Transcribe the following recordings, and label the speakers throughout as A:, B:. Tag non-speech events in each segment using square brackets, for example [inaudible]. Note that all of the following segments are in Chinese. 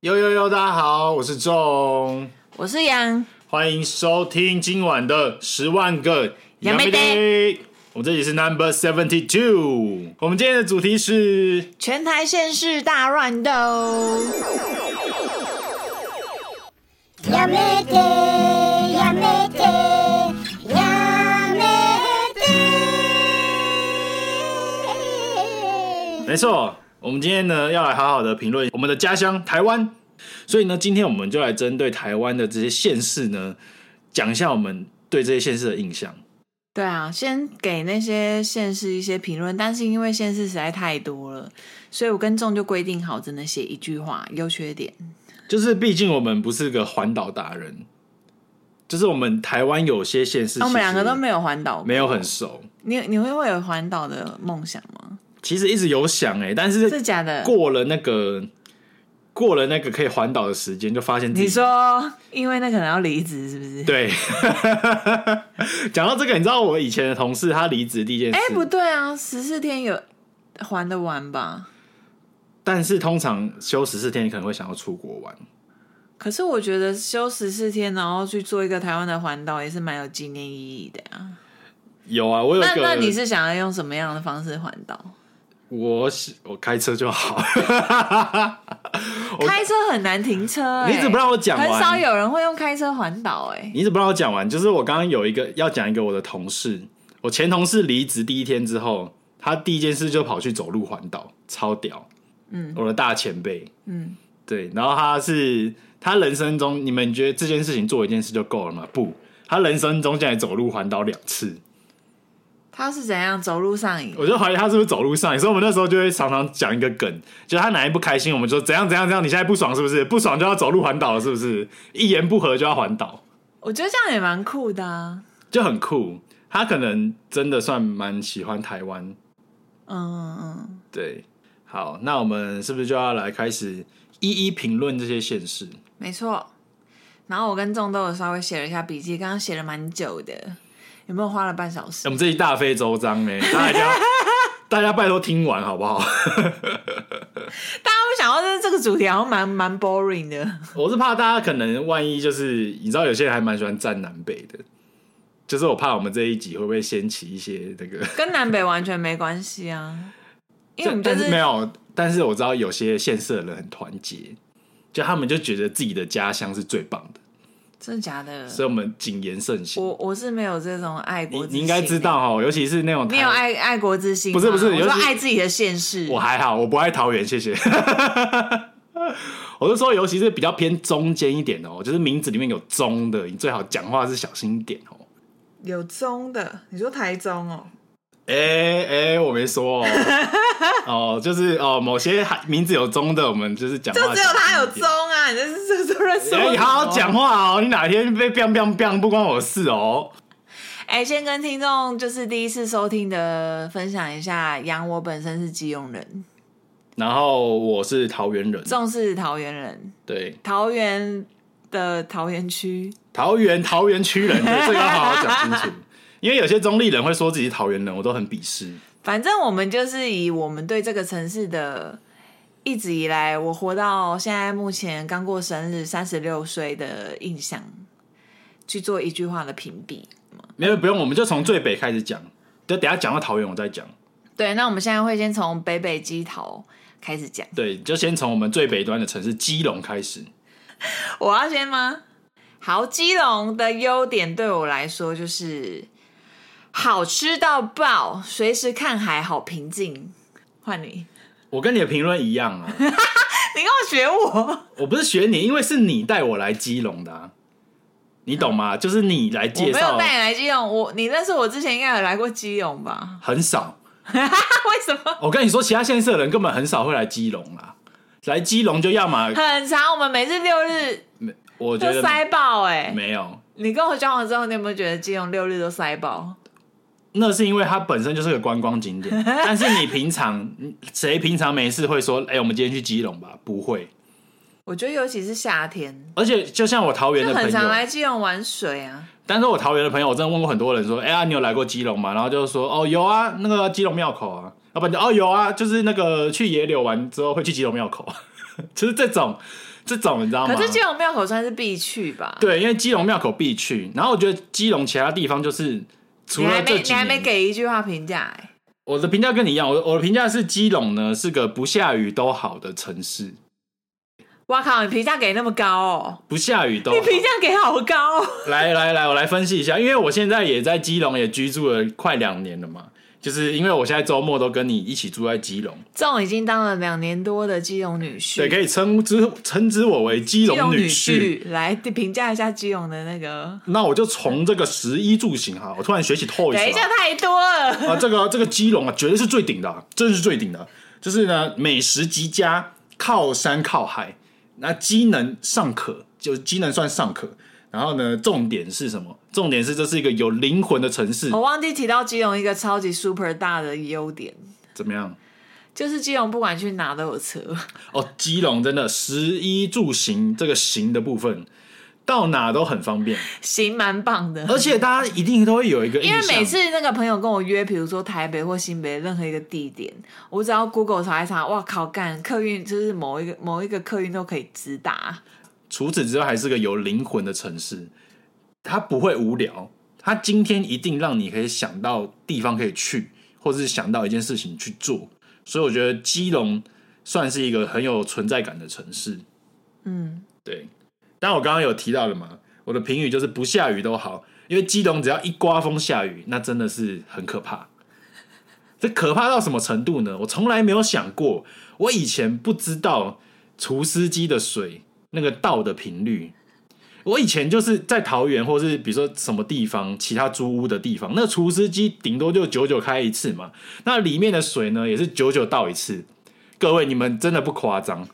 A: 呦呦呦，大家好，我是钟，
B: 我是杨，
A: 欢迎收听今晚的十万个
B: 杨梅爹
A: 梅爹。我们这里是 Number Seventy Two，我们今天的主题是
B: 全台县市大乱斗。
C: やめてやめてやめて
A: 没错，我们今天呢要来好好的评论我们的家乡台湾，所以呢，今天我们就来针对台湾的这些县市呢，讲一下我们对这些县市的印象。
B: 对啊，先给那些县市一些评论，但是因为县市实在太多了，所以我跟仲就规定好，只能写一句话，优缺点。
A: 就是毕竟我们不是个环岛达人，就是我们台湾有些县市，
B: 那、我们两个都没有环岛，
A: 没有很熟。
B: 你你会会有环岛的梦想吗？
A: 其实一直有想哎、但
B: 是
A: 是
B: 假的？
A: 过了那个过了那个可以环岛的时间，就发现自己
B: 你说，因为那可能要离职，是不是？
A: 对。 [laughs] 讲到这个，你知道我以前的同事他离职第一件事，
B: 哎、不对啊，十四天有还得完吧？
A: 但是通常休十四天，你可能会想要出国玩。
B: 可是我觉得休十四天，然后去做一个台湾的环岛，也是蛮有纪念意义的啊。
A: 有啊，我有
B: 那
A: 一个，
B: 那你是想要用什么样的方式环岛？
A: 我喜我开车就好。我
B: 开车很难停车、欸，
A: 你怎么让我讲完？
B: 很少有人会用开车环岛哎。
A: 你怎么让我讲完？就是我刚刚有一个要讲一个我的同事，我前同事离职第一天之后，他第一件事就跑去走路环岛，超屌。嗯，我的大前辈。
B: 嗯，
A: 对，然后他是他人生中，你们觉得这件事情做一件事就够了吗？不，他人生中竟然走路环岛两次，
B: 他是怎样走路上瘾？
A: 我就怀疑他是不是走路上瘾。所以我们那时候就会常常讲一个梗，就是他哪一不开心，我们就说怎样怎样怎样，你现在不爽是不是？不爽就要走路环岛了是不是？一言不合就要环岛。
B: 我觉得这样也蛮酷的啊。
A: 就很酷。他可能真的算蛮喜欢台湾。
B: 嗯嗯，
A: 对，好，那我们是不是就要来开始一一评论这些县市？哎
B: 没错。然后我跟仲都有稍微写了一下笔记，刚刚写了蛮久的，有没有花了半小时
A: 我？们这一大费周章呢，欸 [laughs] 大家大家拜托听完好不好？
B: 大家会想到，就是这个主题好像蛮蛮 boring 的。 [laughs]
A: 我是怕大家可能万一就是你知道有些人还蛮喜欢站南北的，就是我怕我们这一集会不会掀起一些那个，
B: 跟南北完全没关系啊，因为我们就
A: [laughs] 但
B: 是
A: 没有，但是我知道有些县市的人很团结，就他们就觉得自己的家乡是最棒的，
B: 真的假的？
A: 所以我们谨言慎行。
B: 我我是没有这种爱国
A: 你
B: 之
A: 你应该
B: 心
A: 知道哦，尤其是那种
B: 欸，
A: 台
B: 你有爱爱国之心吗？
A: 不是不是
B: 我
A: 尤
B: 说
A: 其
B: 爱自己的县市。
A: 我还好，我不爱桃园，谢 [laughs] 谢。我就说，尤其是比较偏中间一点的哦，就是名字里面有“中”的，你最好讲话是小心一点哦。
B: 有中的，你说台中哦，
A: 哎、哎、我没
B: [laughs]
A: 说哦，哦，就是哦，某些还名字有“中”的，我们就是讲话
B: 就只有他有
A: 小心一
B: 中
A: 点。
B: 啊，你这是这乱说。
A: 哎、你好好讲。话哦！你哪天被 biang biang biang 不关我事哦。
B: 哎、先跟听众就是第一次收听的分享一下，杨我本身是基隆人，
A: 然后我是桃园人，
B: 重是桃园人，
A: 对，
B: 桃园的桃园区。
A: 桃园桃园区人，对这个要好好讲清楚，因为有些中立人会说自己是桃园人，我都很鄙视。
B: 反正我们就是以我们对这个城市的一直以来，我活到现在目前刚过生日三十六岁的印象，去做一句话的评比。
A: 没有，不用，我们就从最北开始讲，就等一下讲到桃园，我再讲。
B: 对，那我们现在会先从北北基桃开始讲。
A: 对，就先从我们最北端的城市基隆开始。
B: 我要先吗？好，基隆的优点对我来说就是好吃到爆，随时看海，好平静。换你，
A: 我跟你的评论一样啊，
B: 你跟我学我，
A: 我不是学你，因为是你带我来基隆的、啊，你懂吗？就是你来
B: 我
A: 介
B: 没有
A: 绍，
B: 带你来基隆，我你认识我之前应该有来过基隆吧？
A: 很少。
B: 为什么？
A: 我跟你说，其他县市的人根本很少会来基隆啦、来基隆就要么，
B: 很长，我们每次六日
A: 我觉
B: 都
A: 得
B: 塞爆哎、
A: 没有，
B: 你跟我交往之后，你有没有觉得基隆六日都塞爆？
A: 那是因为它本身就是个观光景
B: [laughs]
A: 点，但是你平常谁平常没事会说，哎、我们今天去基隆吧？不会。
B: 我觉得尤其是夏天，
A: 而且就像我桃园
B: 就
A: 的朋
B: 很常来
A: 友，
B: 基隆玩水啊。
A: 但是我桃园的朋友，我真的问过很多人说，哎、呀、你有来过基隆吗？然后就说，哦，有啊，那个基隆庙口啊， [laughs] 要不然就哦有啊，就是那个去野柳玩之后会去基隆庙口，就是这种这种你知道吗？
B: 可是基隆庙口算是必去吧？，
A: 对，因为基隆庙口必去。然后我觉得基隆其他地方就是除
B: 你
A: 了
B: 还
A: 这
B: 没
A: 几
B: 你还没
A: 年，
B: 给一句话评价哎，
A: 我的评价跟你一样，我我的评价是基隆呢是个不下雨都好的城市，
B: 哇靠，你评价给那么高哦，
A: 不下雨都好
B: 你评价给好高哦，
A: [laughs] 来来来，我来分析一下，因为我现在也在基隆也居住了快两年了嘛，就是因为我现在周末都跟你一起住在基隆，
B: 这种已经当了两年多的基隆女婿，
A: 对，可以称之称之我为基
B: 基
A: 隆
B: 隆
A: 女婿。
B: 婿来评价一下基隆的那个，
A: 那我就从这个食衣住行哈，我突然学起透一
B: 等一下太多了， [laughs]
A: 啊，这个这个基隆啊，绝对是最顶的、啊，真的是最顶的。就是呢，美食极佳，靠山靠海，那机能尚可，就机能算尚可。然后呢，重点是什么？重点是这是一个有灵魂的城市
B: 我，忘记提到基隆一个超级 super 大的优点，
A: 怎么样？
B: 就是基隆不管去哪都有车， [laughs]
A: 哦，基隆真的食衣住行这个行的部分，到哪都很方便，
B: 行蛮棒的，
A: 而且大家一定都会有 [laughs] 一个印
B: 因
A: 象，
B: 为每次那个朋友跟我约，比如说台北或新北任何一个地点，我只要 Google 查一查，哇靠，干客运就是某一个某一个客运都可以直达。
A: 除此之外还是个有灵魂的城市，它不会无聊，它今天一定让你可以想到地方可以去，或者是想到一件事情去做，所以我觉得基隆算是一个很有存在感的城市。
B: 嗯，
A: 对，但我刚刚有提到了嘛，我的评语就是不下雨都好，因为基隆只要一刮风下雨，那真的是很可怕。这可怕到什么程度呢？我从来没有想过，我以前不知道除湿机的水那个倒的频率。我以前就是在桃园，或是比如说什么地方，其他租屋的地方，那除湿机顶多就九九开一次嘛，那里面的水呢也是九九倒一次。各位，你们真的不夸张，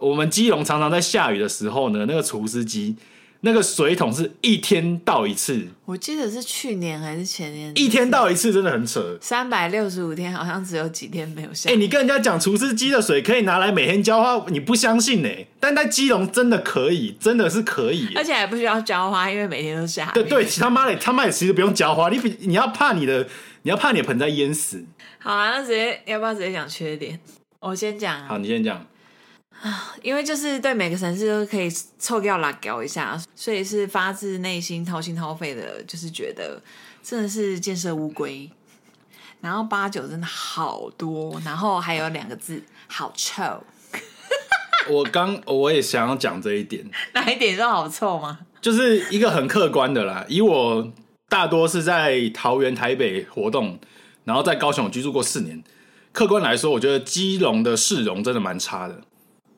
A: 我们基隆常常在下雨的时候呢，那个除湿机那个水桶是一天倒一次，
B: 我记得是去年还是前年，
A: 一天倒一次真的很扯。
B: 三百六十五天，好像只有几天没有下
A: 哎、
B: 雨。
A: 你跟人家讲除湿机的水可以拿来每天浇花，你不相信呢、但在基隆真的可以，真的是可以、
B: 而且还不需要浇花，因为每天都下雨。
A: 对对，他妈的，他妈也其实不用浇花，你比你要怕你的，你要怕你的盆栽淹死。
B: 好啊，那直接要不要直接讲缺点？我先讲啊
A: 好，，你先讲。
B: 因为就是对每个城市都可以臭掉拉搞一下，所以是发自内心掏心掏肺的，就是觉得真的是建设乌龟。然后八九真的好多，然后还有两个字好臭， [laughs]
A: 我刚我也想要讲这一点，
B: 哪一点说好臭吗？
A: 就是一个很客观的啦。以我大多是在桃园、台北活动，然后在高雄居住过四年。客观来说，我觉得基隆的市容真的蛮差的。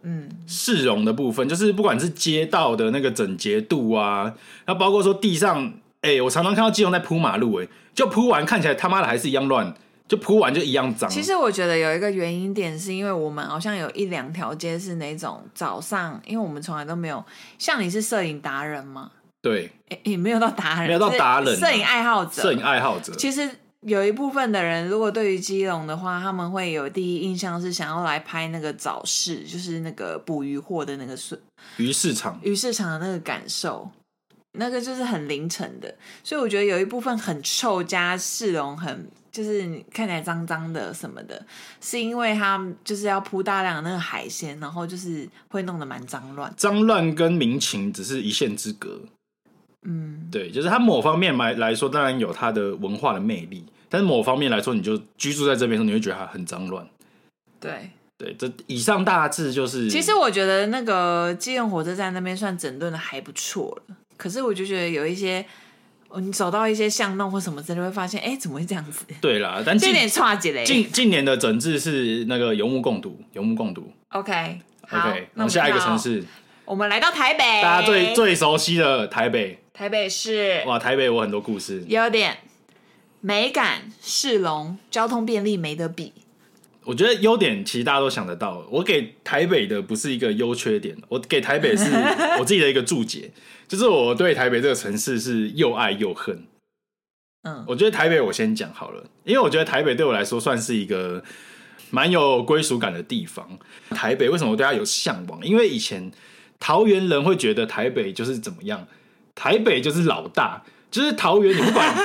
B: 嗯，
A: 市容的部分，就是不管是街道的那个整洁度啊，那包括说地上，哎、我常常看到基隆在铺马路、哎，就铺完看起来他妈的还是一样乱，就铺完就一样脏。
B: 其实我觉得有一个原因点是因为我们好像有一两条街是那种早上，因为我们从来都没有像你是摄影达人吗？
A: 对
B: 也也没有到达人，
A: 没有到
B: 就是
A: 达人啊
B: 摄影爱好者，
A: 摄影爱好者，
B: 其实有一部分的人，如果对于基隆的话，他们会有第一印象是想要来拍那个早市，就是那个捕鱼货的那个水
A: 鱼市场
B: 鱼市场的那个感受，那个就是很凌晨的。所以我觉得有一部分很臭加市容很。就是你看起来脏脏的什么的，是因为他就是要铺大量的那个海鲜，然后就是会弄得蛮脏乱。
A: 脏乱跟民情只是一线之隔。
B: 嗯，
A: 对，就是它某方面来来说，当然有它的文化的魅力，但是某方面来说，你就居住在这边的时候，你会觉得它很脏乱。
B: 对。
A: 对，这以上大致就是。
B: 其实我觉得那个基隆火车站那边算整顿的还不错了，可是我就觉得有一些，哦你走到一些巷弄或什么之类，会发现，哎，怎么会这样子？
A: 对啦，但
B: 这
A: 近
B: 有点差几嘞。
A: 近近年的整治是那个游牧共睹，游牧共睹。
B: OK，好
A: OK，，
B: 那
A: 然
B: 我
A: 后
B: 们
A: 下一个
B: 到
A: 城，市，
B: 我们来到台北，
A: 大家最最熟悉的台北。
B: 台北市
A: 哇，台北我很多故事。
B: 优点，美感、市容、交通便利没得比。
A: 我觉得优点其实大家都想得到。我给台北的不是一个优缺点，我给台
B: [laughs]
A: 北是我自己的一个注解，就是我对台北这个城市是又爱又恨。
B: 嗯，
A: 我觉得台北我先讲好了，因为我觉得台北对我来说算是一个蛮有归属感的地方。台北为什么我对它有向往？因为以前桃园人会觉得台北就是怎么样，
B: [laughs]
A: 台北就是老大，就是桃园你不管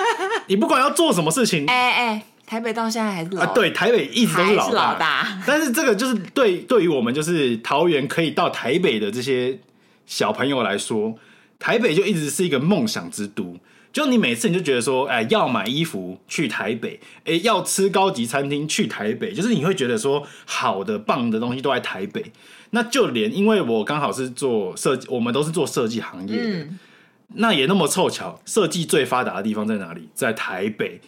A: 你不管要做什么事情，
B: 哎哎，台北到现在还是老、
A: 啊，对，台北一直都是老
B: 还是老大
A: 但是这个就是对对于我们就是桃园可以到台北的这些小朋友来说，台北就一直是一个梦想之都。就你每次你就觉得说，哎，要买衣服去台北，哎，要吃高级餐厅去台北，就是你会觉得说，好的棒的东西都在台北。那就连因为我刚好是做设计，我们都是做设计行业的，
B: 嗯，
A: 那也那么凑巧，设计最发达的地方在哪里？在台北，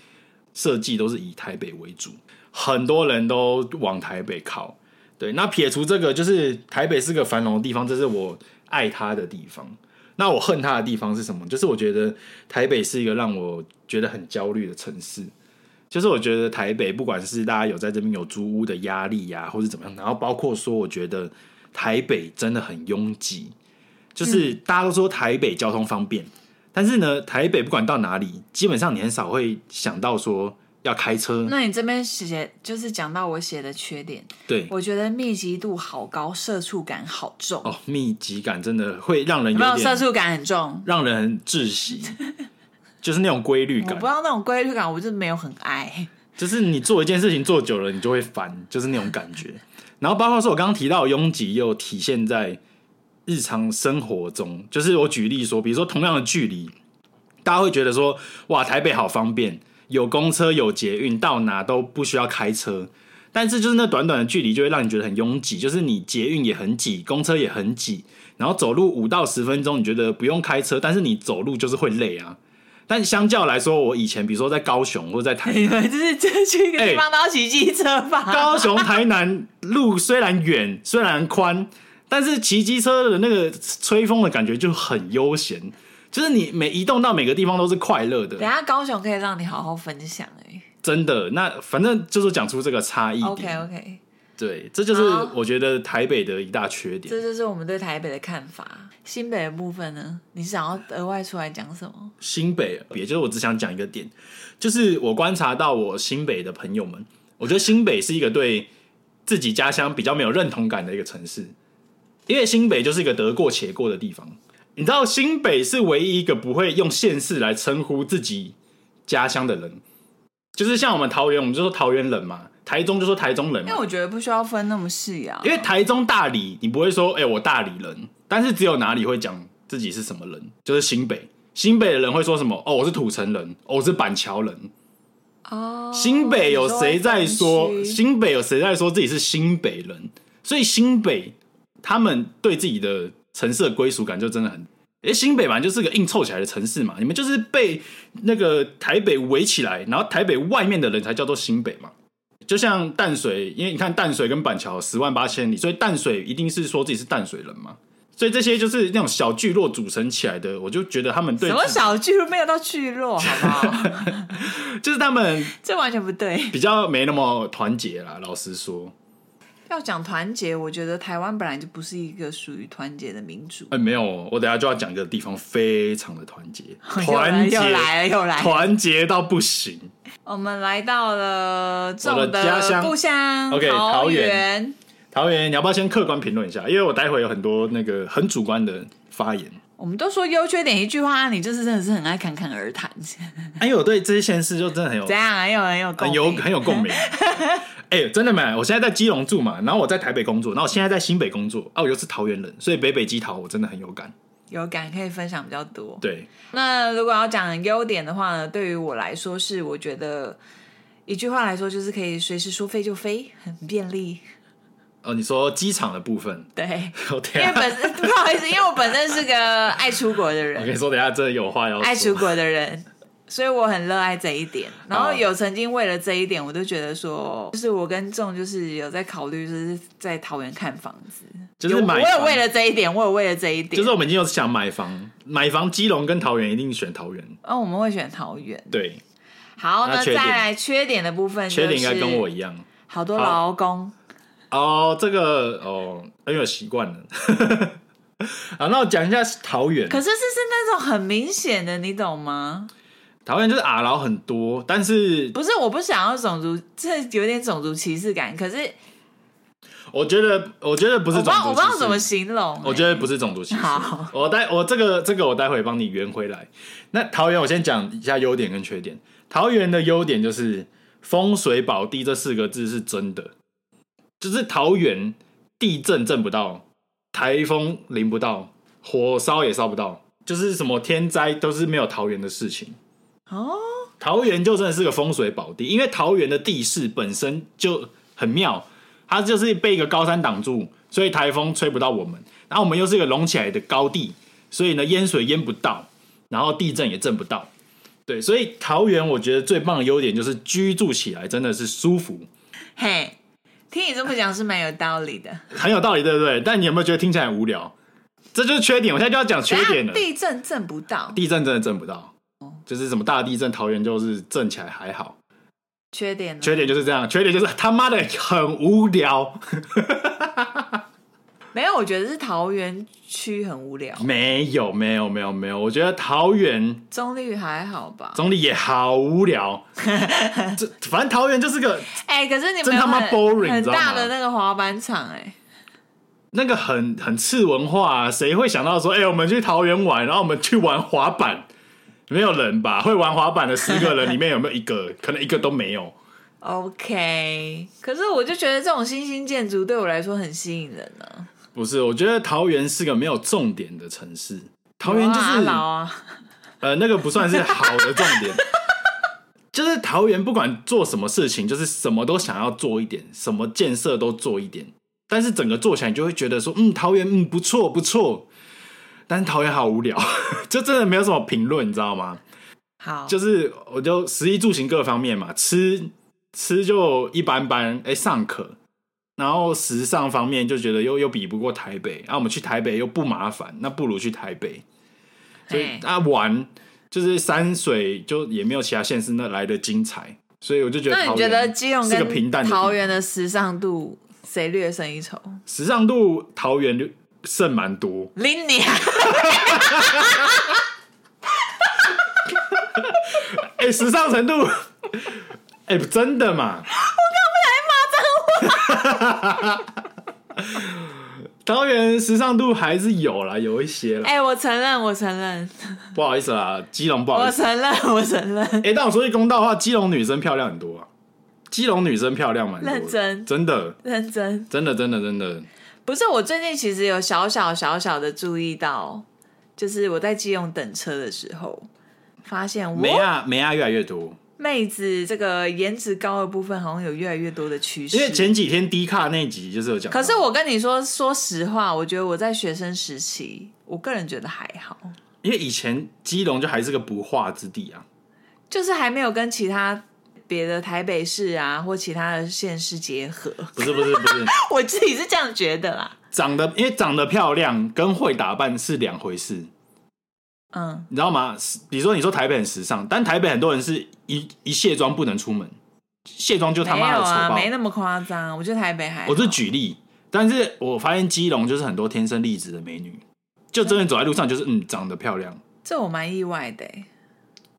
A: 设计都是以台北为主，很多人都往台北靠。对，那撇除这个，就是台北是个繁荣的地方，这是我爱它的地方。那我恨它的地方是什么？就是我觉得台北是一个让我觉得很焦虑的城市。就是我觉得台北，不管是大家有在这边有租屋的压力呀、或是怎么样，然后包括说，我觉得台北真的很拥挤，就是大家都说台北交通方便，但是呢，台北不管到哪里，基本上你很少会想到说要开车。
B: 那你这边写就是讲到我写的缺点，
A: 对，
B: 我觉得密集度好高，社畜感好重，
A: 哦，密集感真的会让人
B: 有没有
A: 有
B: 社
A: 点
B: 畜感很重？
A: 让人很窒息，就是那种规律
B: 我
A: 感
B: 不知。道那种规律感，我就没有很爱。
A: 就是你做一件事情做久了，你就会烦，就是那种感觉。然后包括说我刚刚提到的拥挤，也有体现在日常生活中。就是我举例说，比如说同样的距离，大家会觉得说，哇，台北好方便，有公车有捷运，到哪都不需要开车。但是就是那短短的距离，就会让你觉得很拥挤，就是你捷运也很挤，公车也很挤，然后走路五到十分钟，你觉得不用开车，但是你走路就是会累啊。但相较来说，我以前比如说在高雄或者在台南
B: 你，们就是哎这去一个地方都要骑机车
A: [laughs]
B: 吧？
A: 高雄、台南路虽然远，虽然宽，但是骑机车的那个吹风的感觉就很悠闲，就是你每移动到每个地方都是快乐
B: 等一
A: 的，
B: 下高雄可以让你好好分享哎、
A: 真的。那反正就是讲出这个差异
B: OK
A: 点，
B: OK，
A: 对，这就是
B: 好
A: 我觉得台北的一大缺点
B: 这。就是我们对台北的看法。新北的部分呢，你想要额外出来讲什么？
A: 新北，也就是我只想讲一个点，就是我观察到我新北的朋友们，我觉得新北是一个对自己家乡比较没有认同感的一个城市，因为新北就是一个得过且过的地方。你知道新北是唯一一个不会用县市来称呼自己家乡的人，就是像我们桃园，我们就说桃园人嘛，台中就说台中人
B: 因
A: 嘛
B: 为，我觉得不需要分那么细啊，
A: 因为台中大理，你不会说哎、我大理人，但是只有哪里会讲自己是什么人，就是新北。新北的人会说什么？哦，我是土城人，哦，我是板桥人。
B: 哦，
A: 新北有谁在说？
B: 你分区
A: 新北有谁在说自己是新北人？所以新北他们对自己的城市的归属感就真的很。因为新北嘛，就是个硬凑起来的城市嘛，你们就是被那个台北围起来，然后台北外面的人才叫做新北嘛。就像淡水，因为你看淡水跟板桥十万八千里，所以淡水一定是说自己是淡水人嘛。所以这些就是那种小聚落组成起来的，我就觉得他们对
B: 什么
A: 自己，
B: 小聚落没有到聚落，好不
A: [laughs]
B: 好？
A: 就是他们
B: 这完全不对。
A: 比较没那么团结啦。老实说，
B: 要讲团结，我觉得台湾本来就不是一个属于团结的民族。
A: 哎，没有，我等下就要讲一个地方非常的团结，团结
B: [laughs] 又来了，又来了。
A: 团结到不行。
B: 我们来到了
A: 我
B: 众
A: 的家乡
B: 故乡
A: OK，桃
B: 园
A: 园。桃园，你要不要先客观评论一下？因为我待会有很多那个很主观的发言。
B: 我们都说优缺点一句话，你就是真的是很爱侃侃而谈，
A: 哎，我对这些县市就真的很有
B: 怎样啊？又哦很有共
A: 很
B: 鸣
A: 有很有
B: [laughs]
A: 共鸣。哎、真的嘛！我现在在基隆住嘛，然后我在台北工作，然后我现在在新北工作，啊，我又是桃园人，所以北北基桃我真的很有感。
B: 有感，可以分享比较多。
A: 对，
B: 那如果要讲优点的话呢，对于我来说是，我觉得一句话来说就是可以随时说飞就飞，很便利。
A: 哦，你说机场的部分， [laughs]
B: [laughs] 对，
A: 我等
B: 因
A: 一下，
B: 为本身不好意思，因为我本身是个爱出国的
A: 我
B: 人
A: 跟，你说，等一下真的有话要说。
B: 爱出国的人，所以我很热爱这一点。然后
A: 好
B: 有曾经为了这一点，我就觉得说，就是我跟仲就是有在考虑，就是在桃园看房子。
A: 就是
B: 有我
A: 买
B: 有
A: 房
B: 为了这一点，我有为了这一点，
A: 就是我们已经有想买房，买房基隆跟桃园一定选桃园。
B: 嗯，我们会选桃园。
A: 对，
B: 好，
A: 那
B: 那
A: 缺
B: 再
A: 点
B: 来缺点的部分、就
A: 缺
B: 是，
A: 点应该跟我一样。
B: 好多
A: 好
B: 劳工。
A: 哦，这个哦，因为我习惯了。 [laughs] 好，那我讲一下桃园。
B: 可是这是那种很明显的，你懂吗？
A: 桃园就是阿劳很多，但是
B: 不是，我不想要种族，这有点种族歧视感。可是
A: 我觉得，我觉得不
B: 我
A: 是种族歧
B: 不知道，
A: 视。
B: 我不知道怎么形容、欸
A: 我觉得不是种族歧视
B: 好。
A: 我待我这个这个我待会帮你圆回来。那桃园，我先讲一下优点跟缺点。桃园的优点就是“风水宝地”这四个字是真的，就是桃园地震震不到，台风淋不到，火烧也烧不到，就是什么天灾都是没有桃园的事情。
B: 哦，
A: 桃园就真的是个风水宝地，因为桃园的地势本身就很妙，它就是被一个高山挡住，所以台风吹不到我们。然后我们又是一个隆起来的高地，所以呢淹水淹不到，然后地震也震不到。对，所以桃园我觉得最棒的优点就是居住起来真的是舒服，
B: 嘿，听你这么讲是蛮有道理的。
A: 很有道理，对不对？但你有没有觉得听起来很无聊？这就是缺点，我现在就要讲缺点了
B: 等一下。地震震不到，
A: 地震真的震不到，就是什么大地震，桃园就是震起来还好。
B: 缺点呢？
A: 缺点就是这样，缺点就是他妈的很无聊。
B: 没有，我觉得是桃园区很无聊，
A: 没有，没有，没有，没有。我觉得桃园
B: 中立还好吧？
A: 总理也好无聊。这反正桃园就是个
B: 哎、可是你
A: 真
B: 们有
A: 他妈
B: 很
A: boring，你
B: 很
A: 知道吗
B: 大的那个滑板场、哎，
A: 那个很很次文化、啊，谁会想到说，哎、我们去桃园玩，然后我们去玩滑板？没有人吧？会玩滑板的十个人里面有没有一个？可能一个都没有。
B: OK，可是我就觉得这种新兴建筑对我来说很吸引人呢、啊。
A: 不是，我觉得桃园是个没有重点的城市。桃园就
B: 有啊阿
A: 是
B: 劳啊，
A: 呃，那个不算是好的重点， [laughs] 就是桃园不管做什么事情，就是什么都想要做一点，什么建设都做一点，但是整个做起来你就会觉得说，嗯，桃园嗯不错不错，但是桃园好无聊， [laughs] 就真的没有什么评论，你知道吗？
B: 好，
A: 就是我就食衣住行各方面嘛，吃吃就一般般，哎、尚可。然后时尚方面就觉得又又比不过台北，然、啊、后我们去台北又不麻烦，那不如去台北。所以
B: 嘿
A: 啊玩就是山水就也没有其他县市那来的精彩，所以我就觉得
B: 那
A: 桃
B: 你
A: 园
B: 觉得基隆
A: 是个平淡
B: 跟
A: 的地
B: 桃园的时尚度谁略胜一筹？
A: 时尚度桃园就剩蛮多，[laughs]
B: 林你啊，
A: 哎、时尚程度，哎、真的
B: [laughs]
A: 嘛？我 [laughs] 刚不来骂脏话。桃园时尚度还是有啦，有一些啦，
B: 哎、我承认，我承认，
A: 不好意思啦，基隆不好
B: 我
A: 意思。
B: 承认，我承认， [laughs]
A: 哎、但我说句公道话，基隆女生漂亮很多啊，基隆女生漂亮蛮多的，
B: 认真
A: 真的，
B: 认真。
A: 真的，真的，真的。
B: 不是，我最近其实有小小小小的注意到，就是我在基隆等车的时候，发现
A: 美
B: 我
A: 亚美亚啊越来越多，
B: 妹子这个颜值高的部分好像有越来越多的趋势。
A: 因为前几天低卡那集就是有讲到，
B: 可是我跟你说，说实话，我觉得我在学生时期，我个人觉得还好，
A: 因为以前基隆就还是个不化之地啊，
B: 就是还没有跟其他别的台北市啊或其他的县市结合， [laughs]
A: 不是不是不是， [laughs]
B: 我自己是这样觉得啦。
A: 长得因为长得漂亮跟会打扮是两回事，
B: 嗯，
A: 你知道吗？是比如说你说台北很时尚，但台北很多人是一一卸妆不能出门，卸妆就他
B: 没
A: 妈的
B: 有
A: 丑
B: 啊，
A: 爆。
B: 没那么夸张。我觉得台北还好
A: 我是举例，但是我发现基隆就是很多天生丽质的美女，就真的走在路上就是嗯长得漂亮，
B: 这我蛮意外的欸、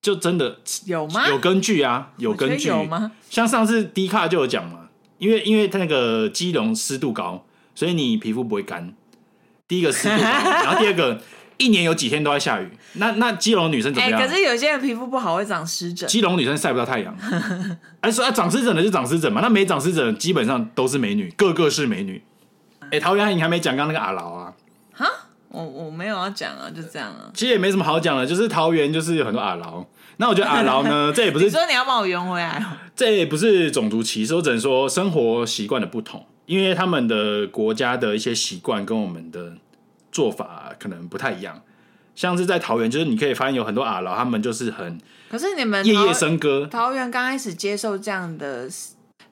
A: 就真的
B: 有吗？
A: 有根据啊，有
B: 我觉得
A: 根据
B: 有吗？
A: 像上次迪卡就有讲嘛，因为因为它那个基隆湿度高，所以你皮肤不会干。第一个
B: [laughs]
A: 湿度高，然后第二个一年有几天都在下雨，那那基隆女生怎么
B: 哎、
A: 样？
B: 可是有些人皮肤不好会长湿疹，
A: 基隆女生晒不到
B: [laughs]
A: 太阳，哎、说啊长湿疹的就长湿疹嘛，那没长湿疹的基本上都是美女，个个是美女。哎、桃园你还没讲刚刚那个阿劳啊，
B: 我我没有要讲啊，就这样啊。
A: 其实也没什么好讲的，就是桃园就是有很多阿劳。那我觉得阿劳
B: [laughs]
A: 呢，这也不
B: 你
A: 是
B: 说你要帮我圆回来哦，
A: 这也不是种族歧视，我只能说生活习惯的不同，因为他们的国家的一些习惯跟我们的做法可能不太一样。像是在桃园，就是你可以发现有很多阿劳，他们就是很
B: 可是你们
A: 夜
B: 桃
A: 夜笙歌，
B: 桃园刚开始接受这样的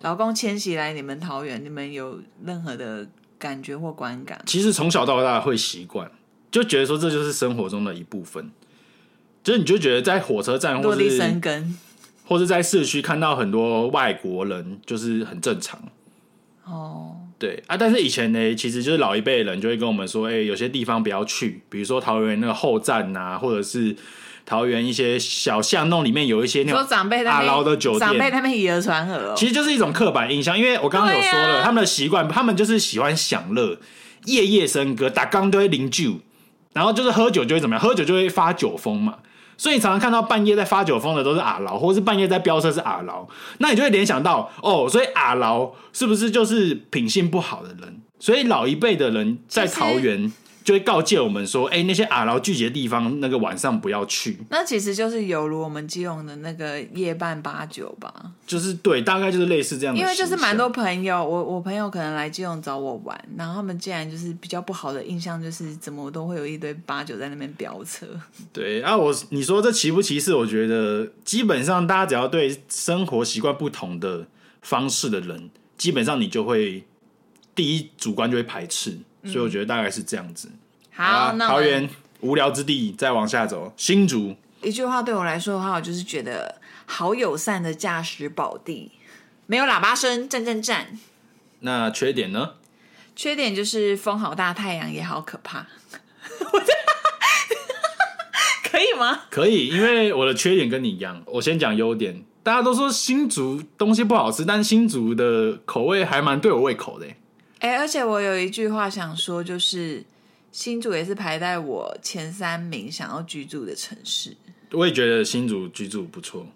B: 老公迁徙来你们桃园，你们有任何的感觉或观感？
A: 其实从小到大会习惯，就觉得说这就是生活中的一部分。就是你就觉得在火车站
B: 落
A: 或
B: 地生
A: 是
B: 根
A: 或是在市区看到很多外国人，就是很正常。
B: 哦，
A: 对啊，但是以前呢，其实就是老一辈人就会跟我们说，哎、有些地方不要去，比如说桃园那个后站呐、或者是桃园一些小巷弄里面有一些那
B: 说
A: 种
B: 长辈他
A: 阿劳
B: 们
A: 的酒
B: 长辈
A: 店，
B: 他们以讹传讹哦，
A: 其实就是一种刻板印象。因为我刚刚有说了，
B: 对啊
A: 他们的习惯，他们就是喜欢享乐，夜夜笙歌，打刚都会零酒，然后就是喝酒就会怎么样，喝酒就会发酒疯嘛。所以你常常看到半夜在发酒疯的都是阿劳，或是半夜在飙车是阿劳，那你就会联想到哦，所以阿劳是不是就是品性不好的人？所以老一辈的人在
B: 其实
A: 桃园就会告诫我们说，哎、那些阿劳聚集的地方，那个晚上不要去。
B: 那其实就是有如我们基隆的那个夜半八九吧，
A: 就是对，大概就是类似这样的
B: 因
A: 形象，
B: 为就是蛮多朋友，我我朋友可能来基隆找我玩，然后他们竟然就是比较不好的印象就是怎么都会有一堆八九在那边飙车，
A: 对啊。我你说这歧不歧视？我觉得基本上大家只要对生活习惯不同的方式的人，基本上你就会第一主观就会排斥，所以我觉得大概是这样子。
B: 好，
A: 啦
B: 那我
A: 啊桃
B: 们
A: 园无聊之地，再往下走，新竹
B: 一句话对我来说的话，我就是觉得好友善的驾驶宝地，没有喇叭声，赞赞赞。
A: 那缺点呢？
B: 缺点就是风好大，太阳也好可怕。 [laughs] 我这可以吗？
A: 可以，因为我的缺点跟你一样，我先讲优点。大家都说新竹东西不好吃，但新竹的口味还蛮对我胃口的欸、
B: 哎、而且我有一句话想说，就是新竹也是排在我前三名想要居住的城市。
A: 我也觉得新竹居住不错。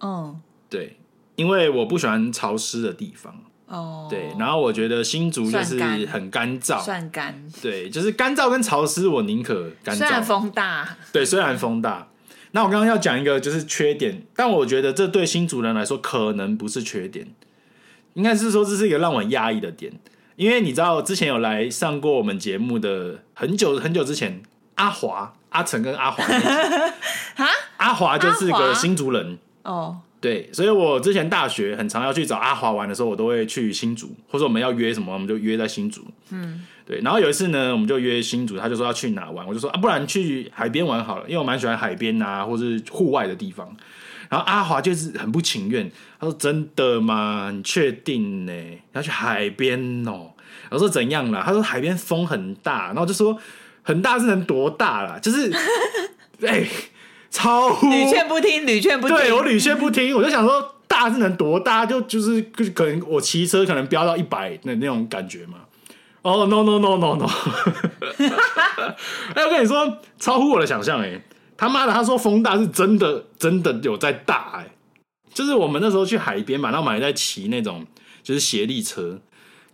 B: 嗯，
A: 对，因为我不喜欢潮湿的地方。
B: 哦，
A: 对，然后我觉得新竹就是
B: 算干
A: 很干燥。
B: 算干，
A: 对，就是干燥跟潮湿，我宁可干
B: 虽然
A: 燥。
B: 风大，
A: 对，虽然风大。那我刚刚要讲一个就是缺点，但我觉得这对新竹人来说可能不是缺点，应该是说这是一个让我很压抑的点。因为你知道，之前有来上过我们节目的很久很久之前，阿华、阿成跟阿华那集，阿华就是
B: 阿华
A: 个新竹人，
B: 哦，
A: 对，所以我之前大学很常要去找阿华玩的时候，我都会去新竹，或者我们要约什么，我们就约在新竹。嗯，对。然后有一次呢，我们就约新竹，他就说要去哪玩，我就说啊，不然去海边玩好了，因为我蛮喜欢海边啊，或是户外的地方。然后阿华就是很不情愿，他说：“真的吗？你确定呢？要去海边哦？”我说：“怎样啦？”他说：“海边风很大。”然后我就说：“很大是能多大啦？就是哎、超乎
B: 屡劝不听，屡劝不听。
A: 对我屡劝不听，我就想说大是能多大？就就是就是可能我骑车可能飙到一百那那种感觉嘛。哦、no no no no no！哎、我跟你说，超乎我的想象哎、他妈的，他说风大是真的，真的有在大哎、就是我们那时候去海边嘛，然后我们还在骑那种就是斜力车，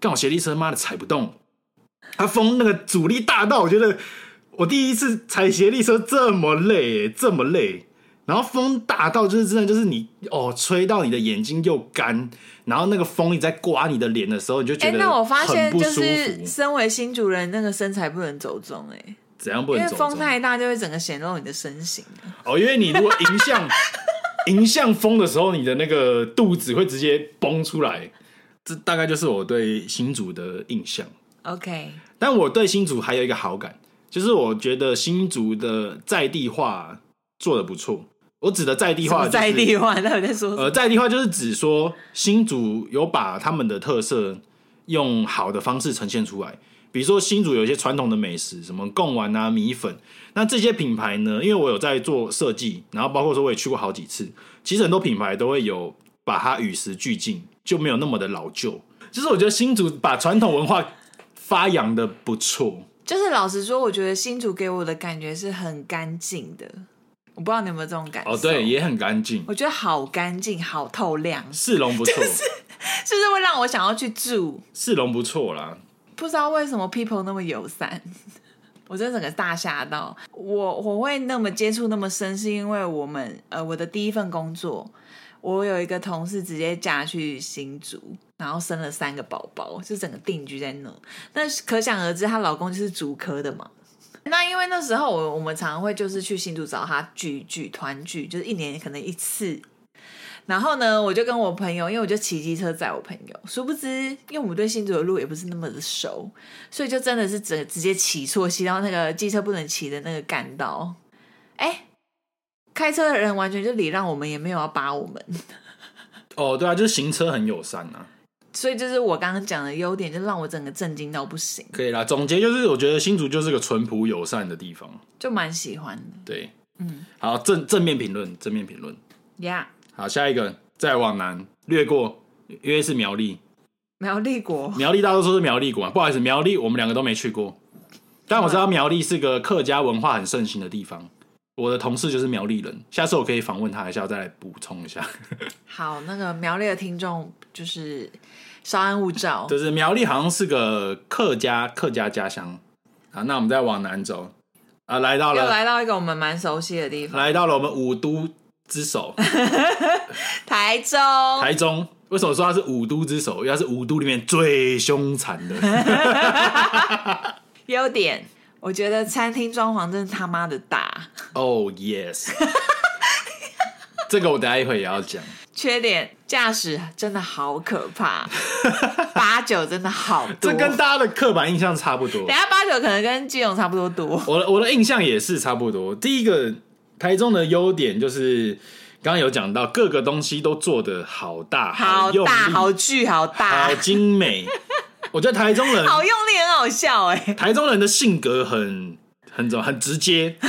A: 刚好斜力车妈的踩不动，它风那个阻力大到我觉得我第一次踩斜力车这么累、欸，这么累。然后风大到就是真的就是你哦，吹到你的眼睛又干，然后那个风一直在刮你的脸的时候，你就觉
B: 哎、
A: 得
B: 那我发现
A: 很不
B: 就
A: 舒服。
B: 是身为新主人，那个身材不能走中哎、
A: 怎样不
B: 因
A: 能
B: 为
A: 走
B: 风
A: 中
B: 太大就会整个显露你的身形。
A: 哦，因为你如果迎
B: [laughs]
A: 向迎向风的时候，你的那个肚子会直接崩出来。这大概就是我对新竹的印象。
B: OK，
A: 但我对新竹还有一个好感，就是我觉得新竹的在地化做的不错。我指的在地
B: 什
A: 化、
B: 么
A: 就是，
B: 在地化？那我在说什么？
A: 呃，在地化就是指说新竹有把他们的特色用好的方式呈现出来。比如说新竹有一些传统的美食，什么贡丸啊、米粉，那这些品牌呢，因为我有在做设计，然后包括说我也去过好几次，其实很多品牌都会有把它与时俱进，就没有那么的老旧。就是我觉得新竹把传统文化发扬的不错，
B: 就是老实说，我觉得新竹给我的感觉是很干净的，我不知道你有没有这种感受。
A: 哦，对，也很干 [laughs] 净，
B: 我觉得好干净，好透亮，
A: 市容不错，
B: 是不是会让我想要去住？
A: 市容不错啦，
B: 不知道为什么 people 那么友善， [laughs] 我真的整个大吓到。我我会那么接触那么深，是因为我们呃我的第一份工作，我有一个同事直接嫁去新竹，然后生了三个宝宝，就整个定居在那。那可想而知，她老公就是竹科的嘛。那因为那时候我我们常常会就是去新竹找她聚聚团聚，就是一年可能一次然后呢，我就跟我朋友，因为我就骑机车载我朋友，殊不知，因为我们对新竹的路也不是那么的熟，所以就真的是直直接骑错，骑到那个机车不能骑的那个干道。哎，开车的人完全就礼让我们，也没有要扒我们，
A: 哦，对啊，就是行车很友善啊。
B: 所以就是我刚刚讲的优点，就让我整个震惊到不行，
A: 可以啦，总结就是，我觉得新竹就是个淳朴友善的地方。
B: 就蛮喜欢的
A: 对，嗯，好，正正面评论，正面评论。
B: 呀。Yeah,
A: 好，下一个再往南略过，因为是苗栗，
B: 苗栗国
A: 苗栗大多数是苗栗啊馆，不好意思，苗栗我们两个都没去过，但我知道苗栗是个客家文化很盛行的地方。我的同事就是苗栗人，下次我可以访问他一下，我再来补充一下。
B: 好，那个苗栗的听众就是稍安勿
A: [laughs]
B: 躁。
A: 就是苗栗好像是个客家客家家乡啊。那我们再往南走啊，来到
B: 又
A: 了
B: 来到一个我们蛮熟悉的地方，
A: 来到了我们五都之首
B: 台中。
A: 台中。为什么说它是五都之首？因为它是五都里面最凶残的。
B: [laughs] 优点，我觉得餐厅装潢真的他妈的大。
A: Oh yes，这个我等一下一会也要讲。
B: 缺点，驾驶真的好可
A: [laughs]
B: 怕，八九真的好多。
A: 这跟大家的刻板印象差不多
B: 等一。下八九可能跟基隆差不多多。
A: 我的我的印象也是差不多。第一个，台中的优点就是刚刚有讲到，各个东西都做的好大、
B: 好
A: 用力、
B: 大，好巨，好大，
A: 好精美。我觉得台中
B: [laughs]
A: 人，
B: 好用力，很好笑哎、
A: 台中人的性格很很怎么很直接。 [laughs]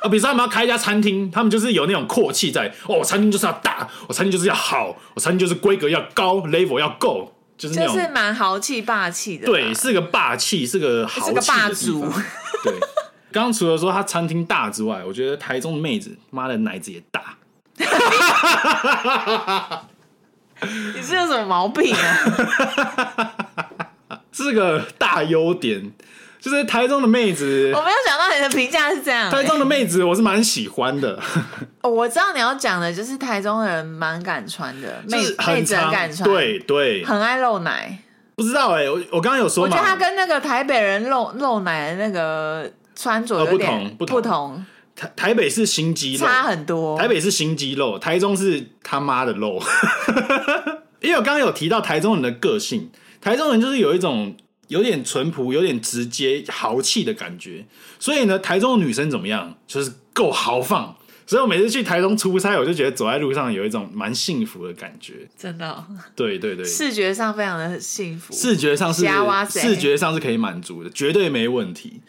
A: 啊，比如说他们要开一家餐厅，他们就是有那种阔气在。哦，我餐厅就是要大，我餐厅就是要好，我餐厅就是规格要高，level 要够，就是那
B: 就
A: 种
B: 是蛮豪气霸气的。
A: 对，，是个霸气，是个豪气
B: 是个霸
A: 的地方
B: 主
A: 对，刚刚除了说他餐厅大之外，我觉得台中的妹子，妈的奶子也大。
B: 你是有什么毛
A: [laughs]
B: 病啊？
A: 是个大优点，就是台中的妹子
B: 我，没有想到你的评价是这样、欸
A: 台中的妹子我是蛮喜欢的，
B: 哦我知道你要讲的就是台中人蛮敢穿的，妹
A: 就是
B: 妹
A: 很
B: 子很
A: 常
B: 敢穿，，
A: 对对，
B: 很爱露奶。
A: 不知道哎、我我刚刚有说
B: 我
A: 嘛，
B: 觉得他跟那个台北人露露奶的那个穿着
A: 呃
B: 有点、
A: 不同不同台台北是新肌肉，
B: 差很多。
A: 台北是新肌肉，台中是他妈的肉。 [laughs] 因为我刚刚有提到台中人的个性，台中人就是有一种有点淳朴、有点直接、豪气的感觉。所以呢，台中的女生怎么样，就是够豪放。所以我每次去台中出差，我就觉得走在路上有一种蛮幸福的感觉。
B: 真的哦、
A: 对对对，
B: 视觉上非常的幸福。
A: 视觉上是
B: 瞎挖贼
A: 视觉上是可以满足的，绝对没问题。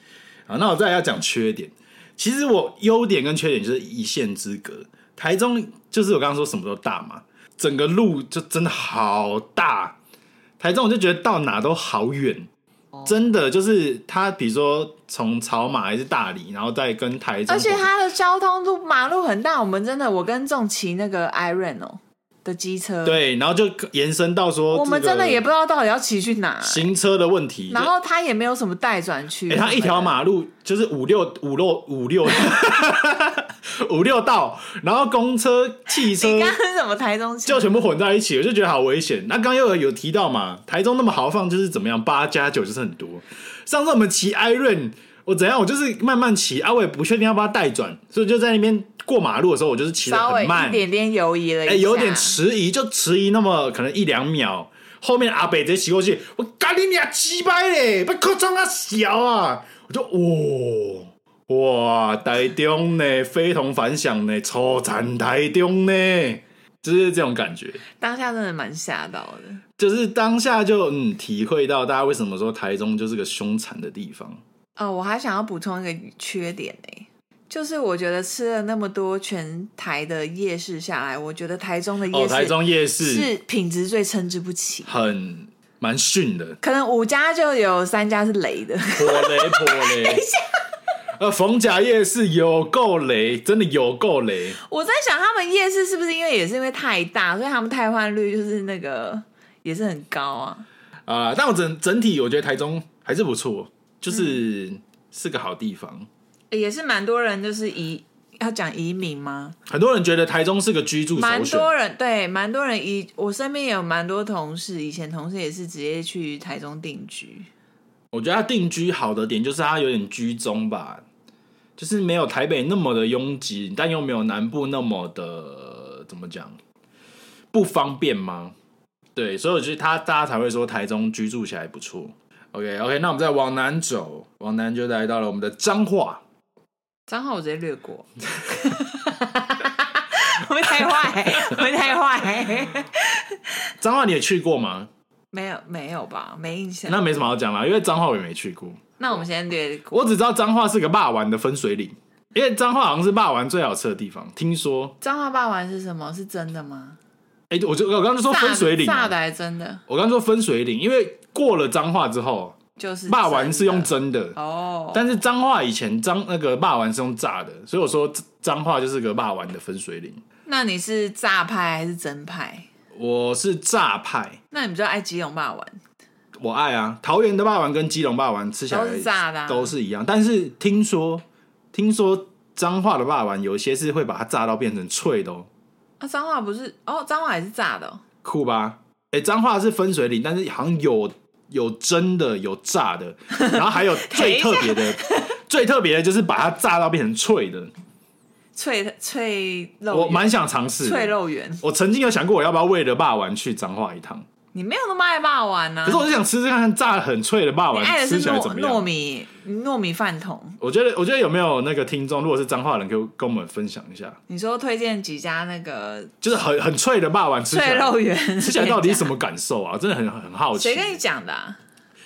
A: 啊，那我再来要讲缺点。其实我优点跟缺点就是一线之隔。台中就是我刚刚说什么都大嘛，整个路就真的好大。台中我就觉得到哪都好远，真的就是它，比如说从草马还是大理，然后再跟台中，
B: 而且它的交通路马路很大，我们真的，我跟仲骑那个 Iron 哦的机车，，
A: 对，然后就延伸到说、
B: 我们真的也不知道到底要骑去哪，
A: 行车的问题，
B: 然后它也没有什么待转区，
A: 哎、它一条，马路就是五六五六五六五六道，然后公车、汽车
B: [laughs] 你刚刚是什么台中骑
A: 就全部混在一起，我就觉得好危险。那刚刚又有有提到嘛，台中那么豪放就是怎么样，八加九就是很多。上次我们骑 i r o n 我怎样，我就是慢慢骑，啊，我也不确定要不要带转，所以就在那边过马路的时候，我就是骑的
B: 稍微
A: 很慢
B: 一，点点犹疑了一
A: 哎、
B: 下，
A: 有点迟疑，就迟疑那么可能一两秒。后面阿北直接骑过去，我咖喱你啊，鸡掰嘞，被扣中啊小啊！我就哇哇，台中呢，非同凡响呢，超惨台中呢，就是这种感觉。
B: 当下真的蛮吓到的。
A: 就是当下就嗯，体会到大家为什么说台中就是个凶残的地方。
B: 哦，我还想要补充一个缺点呢、就是我觉得吃了那么多全台的夜市下来，我觉得台中的夜
A: 哦，
B: 市、
A: 台中夜
B: 是
A: 市
B: 品质最参差不齐，
A: 很蛮逊的，
B: 可能五家就有三家是雷的。 [laughs]
A: 破雷破雷。呃，逢甲夜市有够雷，真的有够雷。
B: 我在想，他们夜市是不是因为也是因为太大，所以他们汰换率就是那个也是很高啊？
A: 啊、但我整整体我觉得台中还是不错，就是、
B: 嗯
A: 是个好地方。
B: 欸也是蛮多人就是移要讲移民吗？
A: 很多人觉得台中是个居住
B: 蛮
A: 首选，
B: 多人对，蛮多人移。我身边也有蛮多同事，以前同事也是直接去台中定居。
A: 我觉得它定居好的点就是它有点居中吧，就是没有台北那么的拥挤，但又没有南部那么的怎么讲不方便吗？对，所以我觉得它大家才会说台中居住起来不错。OK OK，那我们再往南走，往南就来到了我们的彰化。
B: 脏话我直接略
A: [laughs]
B: 过，我们太 [laughs] 坏，我们太坏，
A: 彰化你也去过吗？
B: 没有没有吧，没印象。
A: 那没什么好讲啦，因为彰化我也没去过。
B: 那我们先略过。
A: 我只知道彰化是个霸王的分水岭，因为彰化好像是霸王最好吃的地方。听说，
B: 脏话霸王是什么？是真的吗？
A: 哎、我就我刚刚就说分水岭、
B: 炸
A: 啊
B: 的，还是真的？
A: 我刚刚说分水岭，因为过了彰化之后，
B: 就是
A: 霸丸是用
B: 真
A: 蒸的，
B: 的哦，
A: 但是彰化以前彰那个霸丸是用炸的，所以我说彰化就是个霸丸的分水岭。
B: 那你是炸派还是真派？
A: 我是炸派，
B: 那你比较爱吉隆霸丸
A: 我爱啊！桃园的霸丸跟基隆霸丸吃起来
B: 都是炸的啊
A: 都是一样。但是听说，听说彰化的霸丸有一些是会把它炸到变成脆的哦，
B: 啊？彰化不是哦，彰化也是炸的哦、
A: 酷吧？哎、彰化是分水岭，但是好像有有蒸的，有炸
B: [laughs]
A: 的，然后还有最特别的，最特别的就是把它炸到变成脆的。
B: 脆脆肉圆，
A: 我蛮想尝试的
B: 脆肉圆。
A: 我曾经有想过，我要不要为了霸丸去彰化一趟？
B: 你没有那么爱霸丸呢、
A: 可是我就想吃吃看看炸得很脆的霸
B: 你
A: 丸
B: 爱的是
A: 吃起来
B: 糯
A: 怎么
B: 糯
A: 样。
B: 米糯米饭桶。
A: 我觉得，我觉得有没有那个听众，如果是彰化人，可以跟我们分享一下，
B: 你说推荐几家那个
A: 就是很很脆的霸丸吃起
B: 脆
A: 来，
B: 肉圆，
A: [laughs] 吃起来到底什么感受啊？真的很很好奇
B: 谁。跟你讲的、啊？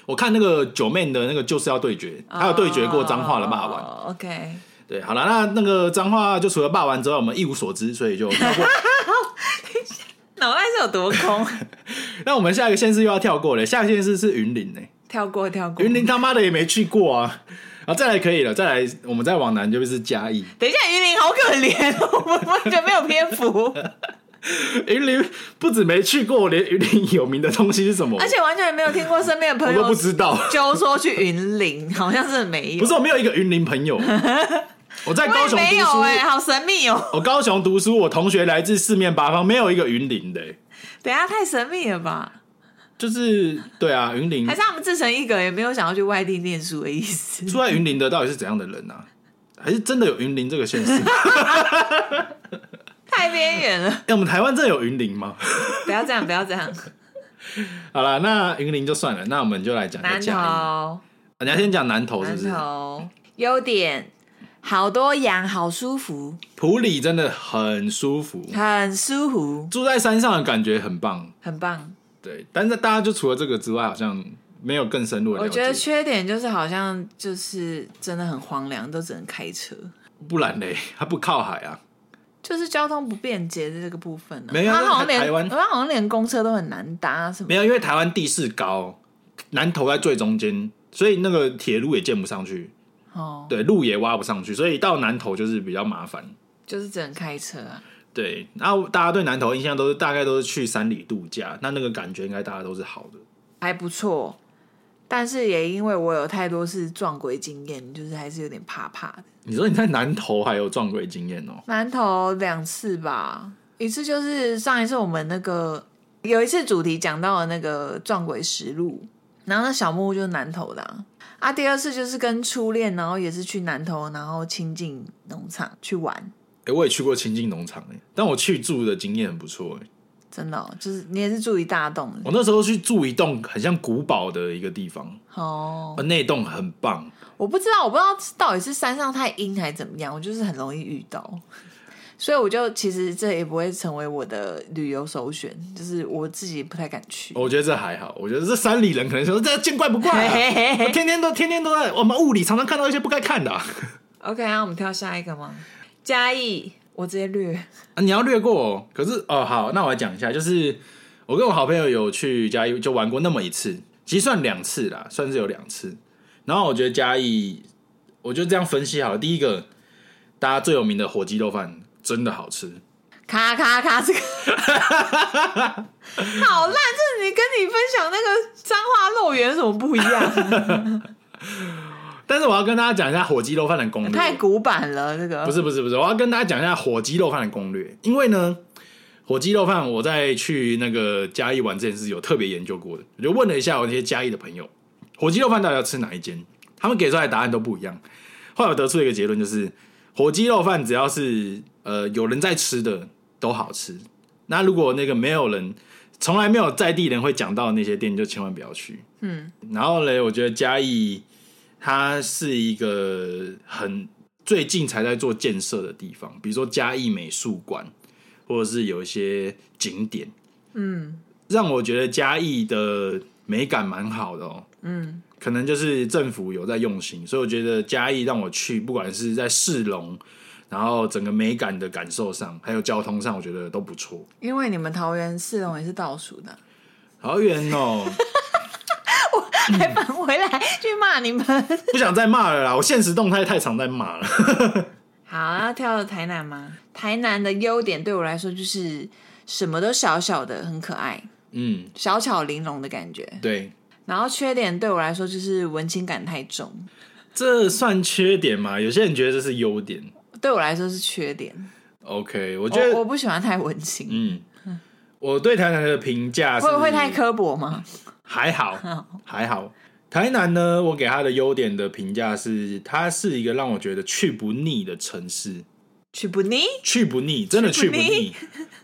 A: 我看那个九妹的那个就是要对决，还有对决过彰化的霸丸。
B: 哦 OK，
A: 对，好了，那那个彰化就除了霸丸之外，我们一无所知，所以就跳
B: [laughs]
A: 过。
B: 脑袋是有多空？ [laughs]
A: 那我们下一个县市又要跳过了，下一个县市是云林呢、
B: 跳过跳过。
A: 云林他妈的也没去过啊。啊，再来可以了，再来，我们再往南就是嘉义。
B: 等一下，云林好可怜，哦 [laughs] 我们完全没有篇
A: [laughs]
B: 幅，
A: 云林不止没去过，连云林有名的东西是什么，
B: 而且完全没有听过身边的
A: 我
B: 朋
A: 都不
B: 友
A: 知道。
B: [laughs] 就说去云林，好像是没有，
A: 不是，我没有一个云林
B: [laughs]
A: 朋友。我在
B: 我
A: 高雄
B: 也
A: 读
B: 没有
A: 书，
B: 哎、好神秘哦。
A: 我高雄读书，我同学来自四面八方，没有一个云林的欸、
B: 等一下太神秘了吧？
A: 就是对啊，云林
B: 还是他们自成一格，也没有想要去外地念书的
A: [laughs]
B: 意思。
A: 住在云林的到底是怎样的人啊？还是真的有云林这个县市？
B: 太边缘了，
A: 哎、我们台湾真的有云林吗？ [laughs]
B: 不要这样，不要这样。
A: 好了，那云林就算了，那我们就来讲一下
B: 南
A: 嘉义。
B: 投，
A: 啊你要先讲南投是不
B: 南
A: 是？
B: 投，优点好多羊，好舒服，
A: 普里真的很舒服，
B: 很舒服，
A: 住在山上的感觉很棒。
B: 很棒。
A: 对，但是大家就除了这个之外，好像没有更深入的
B: 我
A: 了解。
B: 觉得缺点就是好像就是真的很荒凉，都只能开车，
A: 不然嘞， [laughs] 它不靠海啊。
B: 就是交通不便捷的这个部分、啊。
A: 没有
B: 它好像
A: 台
B: 连
A: 湾
B: 它好像连公车都很难搭，什么
A: 没有，因为台湾地势高，南投在最中间，所以那个铁路也建不上去，
B: 哦，
A: 对，路也挖不上去，所以到南投就是比较麻烦。
B: 就是只能开车啊。
A: 对，然后大家对南投的印象都是大概都是去山里度假，那那个感觉应该大家都是好的。
B: 还不错，但是也因为我有太多次撞鬼经验，就是还是有点怕怕的。
A: 你说你在南投还有撞鬼经验哦？
B: 南投两次吧，一次就是上一次我们那个有一次主题讲到了那个撞鬼实录，然后那小木屋就是南投的啊。啊第二次就是跟初恋，然后也是去南投，然后亲近农场去玩，
A: 哎、我也去过清境农场哎、但我去住的经验很不错哎、
B: 真的哦、就是你也是住一大栋的
A: 我那时候去住一栋很像古堡的一个地方，
B: 哦。
A: 呃，那栋很棒，
B: 我不知道，我不知道到底是山上太阴还是怎么样，我就是很容易遇到，所以我就其实这也不会成为我的旅游首选，就是我自己不太敢去。
A: 我觉得这还好，我觉得这山里人可能说这见怪不哦怪、
B: 嘿
A: [laughs] 啊。
B: 嘿 [laughs]
A: 我
B: 嘿
A: 天天都天天都在我们物理常常看到一些不该看的啊、
B: OK 啊，我们跳下一个吗？嘉义，我直接略。
A: 啊你要略过、哦。可是哦，好，那我来讲一下，就是我跟我好朋友有去嘉义就玩过那么一次，其实算两次啦，算是有两次。然后我觉得嘉义，我就这样分析好了。第一个，大家最有名的火鸡肉饭真的好吃，
B: 咔咔咔，
A: [laughs]
B: 这个好烂！这你跟你分享那个彰化肉圆有什么不
A: [laughs]
B: 一样？
A: 但是我要跟大家讲一下火鸡肉饭的攻略。
B: 太古板了，这个啊
A: 不是不是不是，我要跟大家讲一下火鸡肉饭的攻略，因为呢，火鸡肉饭我在去那个嘉义玩之前是有特别研究过的，我就问了一下我那些嘉义的朋友，火鸡肉饭到底要吃哪一间，他们给出来的答案都不一样。后来我得出一个结论，就是火鸡肉饭只要是呃有人在吃的都好吃，那如果那个没有人。从来没有在地人会讲到的那些店，就千万不要去。
B: 嗯，
A: 然后嘞，我觉得嘉义它是一个很最近才在做建设的地方，比如说嘉义美术馆，或者是有一些景点，
B: 嗯
A: 让我觉得嘉义的美感蛮好的哦。
B: 嗯，
A: 可能就是政府有在用心，所以我觉得嘉义让我去，不管是在市容，然后整个美感的感受上，还有交通上，我觉得都不错。 [laughs]
B: 因为你们桃园市容也是倒数的啊，
A: 好远哦，
B: 还返回来去骂你们。
A: 不想再骂了啦，我现实动态太常在骂了。
B: 好，要跳到台南吗？台南的优点对我来说就是什么都小小的，很可爱，
A: 嗯，
B: 小巧玲珑的感觉。
A: 对，
B: 然后缺点对我来说就是文青感太重，
A: 这算缺点吗？有些人觉得这是优点。
B: 对我来说是缺点。
A: OK，我
B: 我
A: 觉得，
B: 我不喜欢太文青，
A: 嗯，我对台南的评价嗯是
B: 会会太刻薄吗？
A: 还好，还好。台南呢，我给它的优点的评价是，它是一个让我觉得去不腻的城市，
B: 去不腻，
A: 去不腻，真的去不腻。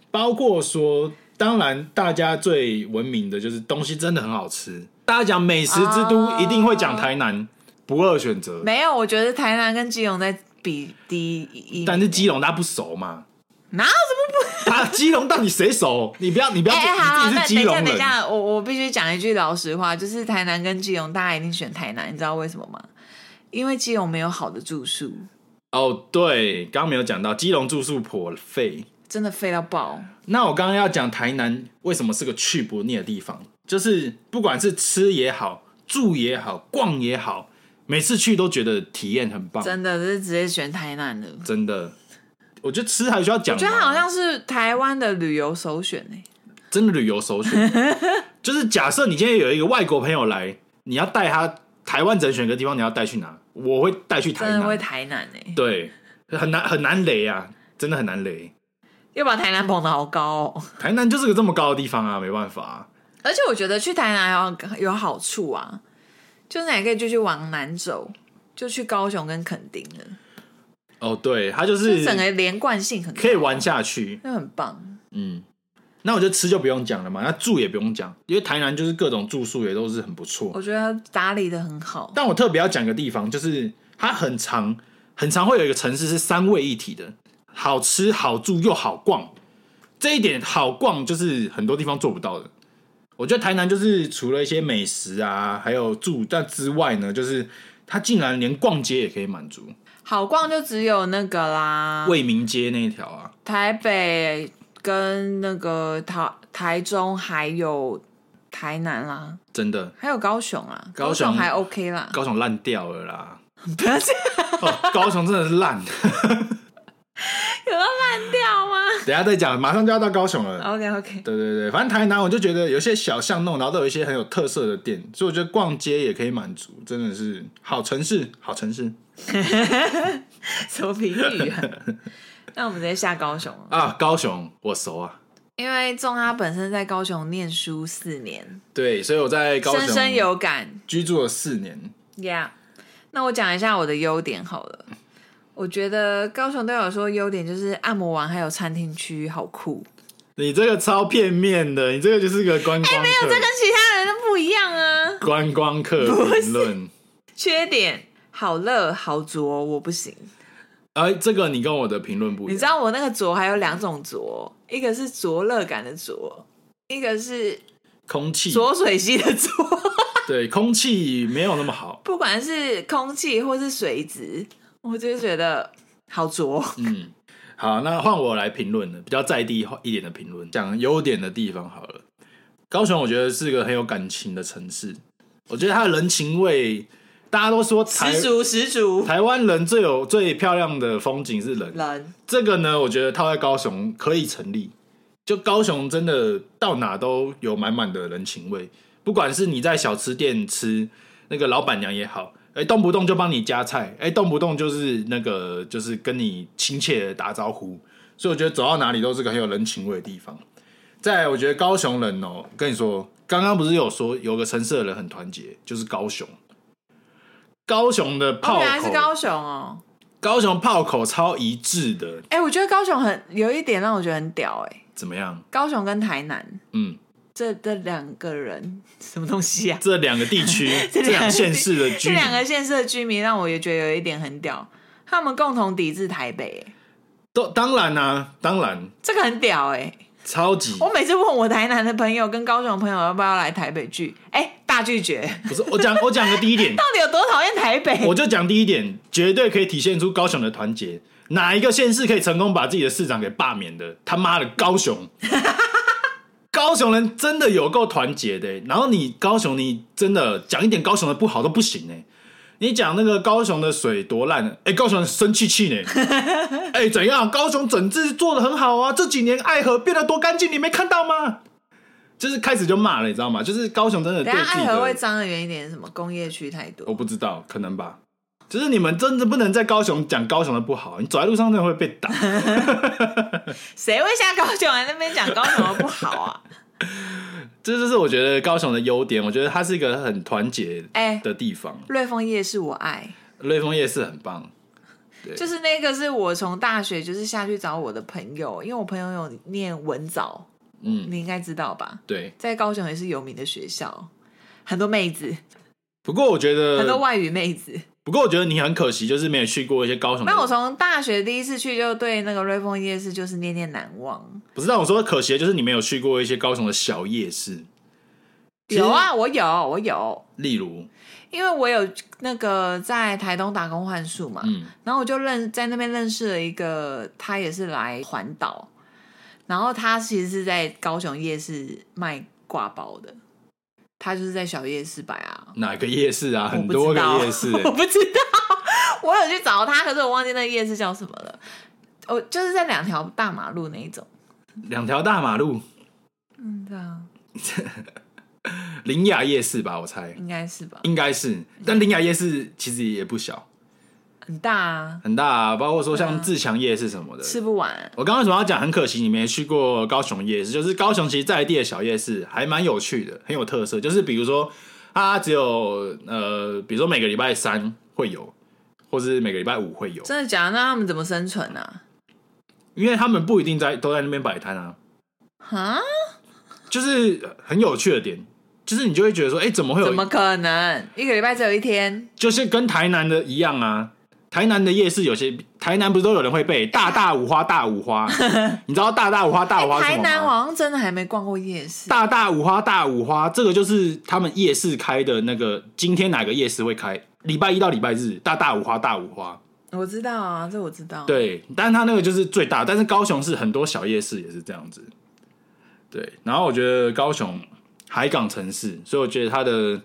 A: 包括说，当然大家最闻名的就是东西真的很好吃，大家讲美食之都
B: 哦
A: 一定会讲台南，不二选择。
B: 没有，我觉得台南跟基隆在比第一，
A: 但是基隆他不熟嘛，
B: 哪有什么
A: 他 [laughs] 基隆到底谁熟？你不要，你不要，
B: 哎、好，
A: 你
B: 那
A: 自己是基
B: 等一
A: 隆
B: 下，等一
A: 人。
B: 下，我我必须讲一句老实话，就是台南跟基隆，大家一定选台南，你知道为什么吗？因为基隆没有好的住宿，
A: 哦，对，刚刚没有讲到基隆住宿颇费。
B: 真的废到爆。
A: 那我刚刚要讲台南为什么是个去不腻的地方，就是不管是吃也好、住也好、逛也好，每次去都觉得体验很棒，
B: 真的是直接选台南了。
A: 真的。我觉得吃还需要讲吗，
B: 我觉得它好像是台湾的旅游首选欸呢、
A: 真的旅游首
B: [laughs]
A: 选。就是假设你今天有一个外国朋友来，你要带他台湾只能选一个地方，你要带去哪？我会带去台
B: 真的会
A: 南，
B: 台南欸呢、
A: 对，很难很难雷啊，真的很难雷。
B: 又把台南捧得好高、哦。
A: 台南就是个这么高的地方啊，没办法啊、
B: 而且我觉得去台南有有好处啊，就是你还可以继续往南走，就去高雄跟垦丁了，
A: 哦，对，它就
B: 就是整个连贯性很高
A: 可以玩，下去。
B: 那很棒。
A: 嗯，那我觉得吃就不用讲了嘛，那住也不用讲，因为台南就是各种住宿也都是很不错。
B: 我觉得打理的很好，
A: 但我特别要讲一个地方，就是它很长，很长会有一个城市是三位一体的，好吃、好住又好逛。这一点好逛就是很多地方做不到的。我觉得台南就是除了一些美食啊，还有住但之外呢，就是它竟然连逛街也可以满足，
B: 好逛就只有那个啦，
A: 卫民街那一条啊，
B: 台北跟那个台台中还有台南啦，
A: 真的
B: 还有高雄啦，
A: 高
B: 高
A: 雄
B: 还 OK 啦，
A: 高雄烂掉了啦，
B: [laughs] 不要这样，
A: 哦、高雄真的是烂。
B: 有要烂掉吗
A: 等一下再讲，马上就要到高雄了。
B: ？OK OK，
A: 对对对，反正台南我就觉得有些小巷弄，然后都有一些很有特色的店，所以我觉得逛街也可以满足，真的是好城市，好城市
B: 什么评语啊？那我们直接下高雄了，
A: 啊！高雄我熟啊，
B: 因为仲他本身在高雄念书四年，
A: 对，所以我在高
B: 深
A: 雄
B: 深有感
A: 居住了四年。
B: ，Yeah。那我讲一下我的优点好了。我觉得高雄对我来说优点就是按摩完还有餐厅区好酷，
A: 你这个超片面的，你这个就是个观光客，
B: 哎这跟其他人都不一样啊。
A: 观光客评论。
B: 缺点好热好浊，我不行。
A: 哎、这个你跟我的评论不一
B: 你知
A: 样，
B: 道我那个浊还有两种浊，一个是灼热感的浊，一个是
A: 空气
B: 浊水溪的浊。 [laughs]
A: 对空气没有那么好，
B: 不管是空气或是水质，我就觉得好浊。
A: 嗯，好，那换我来评论了，比较在地一点的评论，讲优点的地方好了。高雄我觉得是个很有感情的城市，我觉得它的人情味，大家都说台
B: 十足十足
A: 台湾人最有最漂亮的风景是人，
B: 人，
A: 这个呢，我觉得套在高雄可以成立。就高雄真的到哪都有满满的人情味，不管是你在小吃店吃那个老板娘也好，哎、动不动就帮你夹菜，哎、动不动就是那个就是跟你亲切的打招呼，所以我觉得走到哪里都是个很有人情味的地方。再来，我觉得高雄人哦、跟你说，刚刚不是有说有个城市的人很团结，就是高雄。高雄的
B: 哦，
A: 炮
B: 原来是
A: 口，
B: 高雄哦。
A: 高雄炮口超一致的，
B: 哎、我觉得高雄很有一点让我觉得很屌哎、
A: 怎么样？
B: 高雄跟台南
A: 嗯，
B: 这这两个人什么东西啊？
A: 这两个地区、这
B: [laughs] 这两
A: 两
B: 个
A: 个县市的 [laughs] 居
B: 这
A: 民，
B: 两个县市的居民让我也觉得有一点很屌，他们共同抵制台北、欸
A: 都当然啊，当然
B: 这个很屌哎、
A: 超级
B: 我每次问我台南的朋友跟高雄的朋友要不要来台北聚，哎、大拒绝， [laughs]
A: 不是我讲我讲个第一点，
B: 到底有多讨厌台北？
A: 我就讲第一点，绝对可以体现出高雄的团结。
B: [laughs]
A: 哪一个县市可以成功把自己的市长给罢免的？他妈的高雄！高雄人真的有够团结的、欸然后你高雄，你真的讲一点高雄的不好都不行呢、你讲那个高雄的水多烂呢？哎、高雄人生气气
B: [laughs]
A: 呢？哎、怎样？高雄整治做的很好啊，这几年爱河变得多干净，你没看到吗？就是开始就骂了，你知道吗？就是高雄真的对
B: 等一下
A: 自己
B: 爱
A: 的
B: 河会脏的原因点是什么？工业区太
A: 我
B: 多。
A: 不知道，可能吧。就是你们真的不能在高雄讲高雄的不好，你走在路上真的会被
B: [laughs]
A: 打。
B: 谁会下高雄来那边讲高雄的不好啊？ [laughs]
A: 这就是我觉得高雄的优点，我觉得它是一个很团结
B: 哎
A: 的地方。
B: 瑞丰夜市我爱，
A: 瑞丰夜市很棒，
B: 就是那个是我从大学就是下去找我的朋友，因为我朋友有念文藻，
A: 嗯，
B: 你应该知道吧？
A: 对。
B: 在高雄也是有名的学校，很多妹子，
A: 不过我觉
B: 很多
A: 得，
B: 外语妹子。
A: 不过我觉得呃你很可惜，就是没有去过一些高雄的。
B: 那我从大学第一次去就对那个瑞丰夜市就是念念难忘。
A: 不是让我说可惜，就是你没有去过一些高雄的小夜市，其实
B: 有啊，我有，我有，
A: 例如，
B: 因为我有那个在台东打工换宿嘛，
A: 嗯，
B: 然后我就认在那边认识了一个，他也是来环岛，然后他其实是在高雄夜市卖挂包的，他就是在小夜市摆啊，
A: 哪个夜市啊？
B: 我
A: 很
B: 不
A: 多
B: 知道，
A: 个夜市、欸
B: 我不知道， [laughs] 我有去找他，可是我忘记那夜市叫什么了。哦，就是在两条大马路那一种，
A: 两条大马路，
B: 嗯，对啊，
A: 林雅夜市吧，我猜
B: 应该是吧，
A: 应该是。但林雅夜市其实也不小，
B: 很大啊，
A: 很大、啊，包括说
B: 对啊
A: 像自强夜市什么的。
B: 吃不完。
A: 我刚刚为什么要讲？很可惜你没去过高雄夜市，就是高雄其实在地的小夜市还蛮有趣的，很有特色。就是比如说，它只有呃，比如说每个礼拜三会有，或是每个礼拜五会有，
B: 真的假的？那他们怎么生存啊？
A: 因为他们不一定在都在那边摆摊啊，
B: 哈？
A: 就是很有趣的点。就是你就会觉得说，哎、怎么会
B: 怎
A: 有
B: 么可能？一个礼拜只有一天？
A: 就是跟台南的一样啊。台南的夜市有些，台南不是都有人会背大大五花大五
B: [laughs]
A: 花？你知道大大五花大五花是
B: 哎台
A: 什么
B: 南
A: 吗？
B: 好像真的还没逛过夜市。
A: 大大五花大五花，这个就是他们夜市开的那个，今天哪个夜市会开？礼拜一到礼拜日，大大五花大五花。
B: 我知道啊，这我知道。，
A: 对，但是它那个就是最大，但是高雄是很多小夜市也是这样子。对，然后我觉得高雄海港城市，所以我觉得它的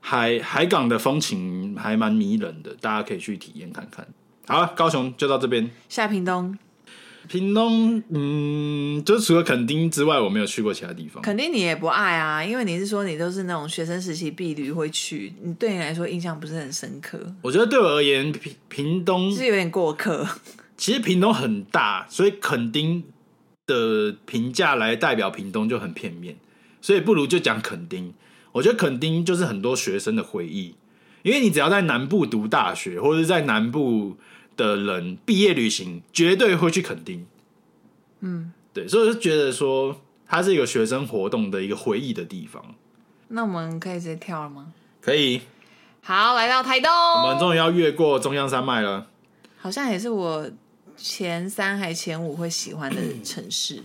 A: 海海港的风情还蛮迷人的，大家可以去体验看看。好了，高雄就到这边。
B: 下屏东，
A: 屏东，嗯，就是除了垦丁之外，我没有去过其他地方。
B: 肯定你也不爱啊，因为你是说你都是那种学生时期避旅会去，你对你来说印象不是很深刻，
A: 我觉得对我而言，屏屏东
B: 就是有点过客。 [laughs]
A: 其实屏东很大，所以垦丁的评价来代表屏东就很片面，所以不如就讲垦丁。我觉得垦丁就是很多学生的回忆，因为你只要在南部读大学，或者是在南部的人毕业旅行，绝对会去垦丁。
B: 嗯，
A: 对，所以我就觉得说，它是一个学生活动的一个回忆的地方。
B: 那我们可以直接跳了吗？
A: 可以，
B: 好，来到台东，
A: 我们终于要越过中央山脉了。
B: 好像也是我前三还前五会喜欢的城市，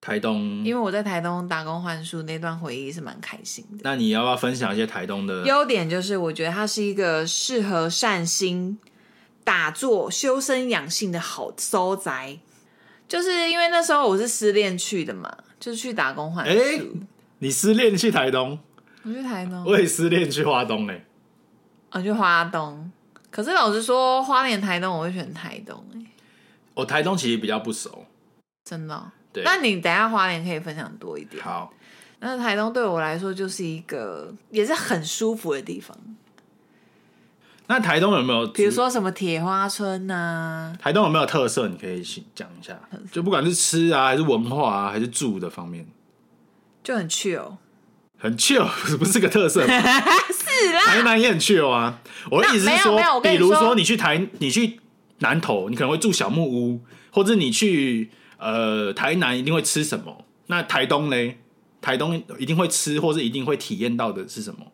A: 台东，
B: 因为我在台东打工换宿那段回忆是蛮开心的。
A: 那你要不要分享一些台东的？
B: 优点就是，我觉得它是一个适合善心、打坐、修身养性的好收宅。就是因为那时候我是失恋去的嘛，就是去打工换宿。
A: 哎、你失恋去台东？
B: 我去台东，
A: 我也失恋去花东欸嘞、
B: 我去花东。可是老实说，花莲、台东，我会选台东、哎，
A: 我台东其实比较不熟。
B: 真的哦、
A: 对
B: 那你等一下花莲可以分享多一点。
A: 好，
B: 那台东对我来说就是一个也是很舒服的地方，
A: 那台东有没有？
B: 比如，说什么铁花村啊呐、
A: 台东有没有特色？你可以讲一下，就不管是吃啊，还是文化啊，还是住的方面，
B: 就很 chill。
A: 很 chill，不 [laughs] 是不是个特
B: [laughs]
A: 色吧。
B: 是啦，
A: 台南也很 chill 啊。我的意思是
B: 那没有
A: 说
B: 没有我，跟
A: 比
B: 你
A: 如
B: 说
A: 说你去台，你去南投，你可能会住小木屋，或者你去呃台南一定会吃什么？那台东嘞？台东一定会吃，或是一定会体验到的是什么？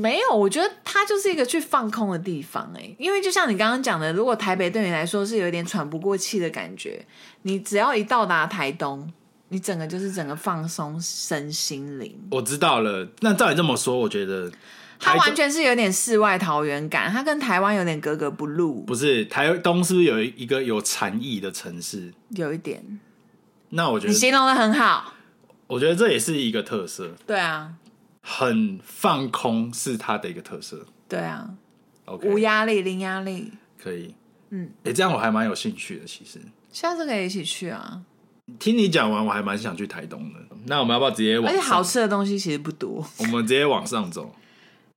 B: 没有，我觉得它就是一个去放空的地方哎、因为就像你刚刚讲的，如果台北对你来说是有点喘不过气的感觉，你只要一到达台东，你整个就是整个放松身心灵，
A: 我知道了。那照你这么说，我觉得
B: 它
A: 台东
B: 完全是有点世外桃源感，它跟台湾有点格格不入，
A: 不是台东是不是有一个有禅意的城市？
B: 有一点。
A: 那我觉
B: 你
A: 得
B: 形容的很好，
A: 我觉得这也是一个特色，
B: 对啊，
A: 很放空是它的一个特色。
B: 对啊，无
A: OK，
B: 压力，零压力。
A: 可以，
B: 嗯，
A: 哎、这样我还蛮有兴趣的。其实
B: 下次可以一起去啊，
A: 听你讲完，我还蛮想去台东的。那我们要不要直接往
B: 而
A: 上？
B: 且好吃的东西其实不多。
A: 我们直接往上走，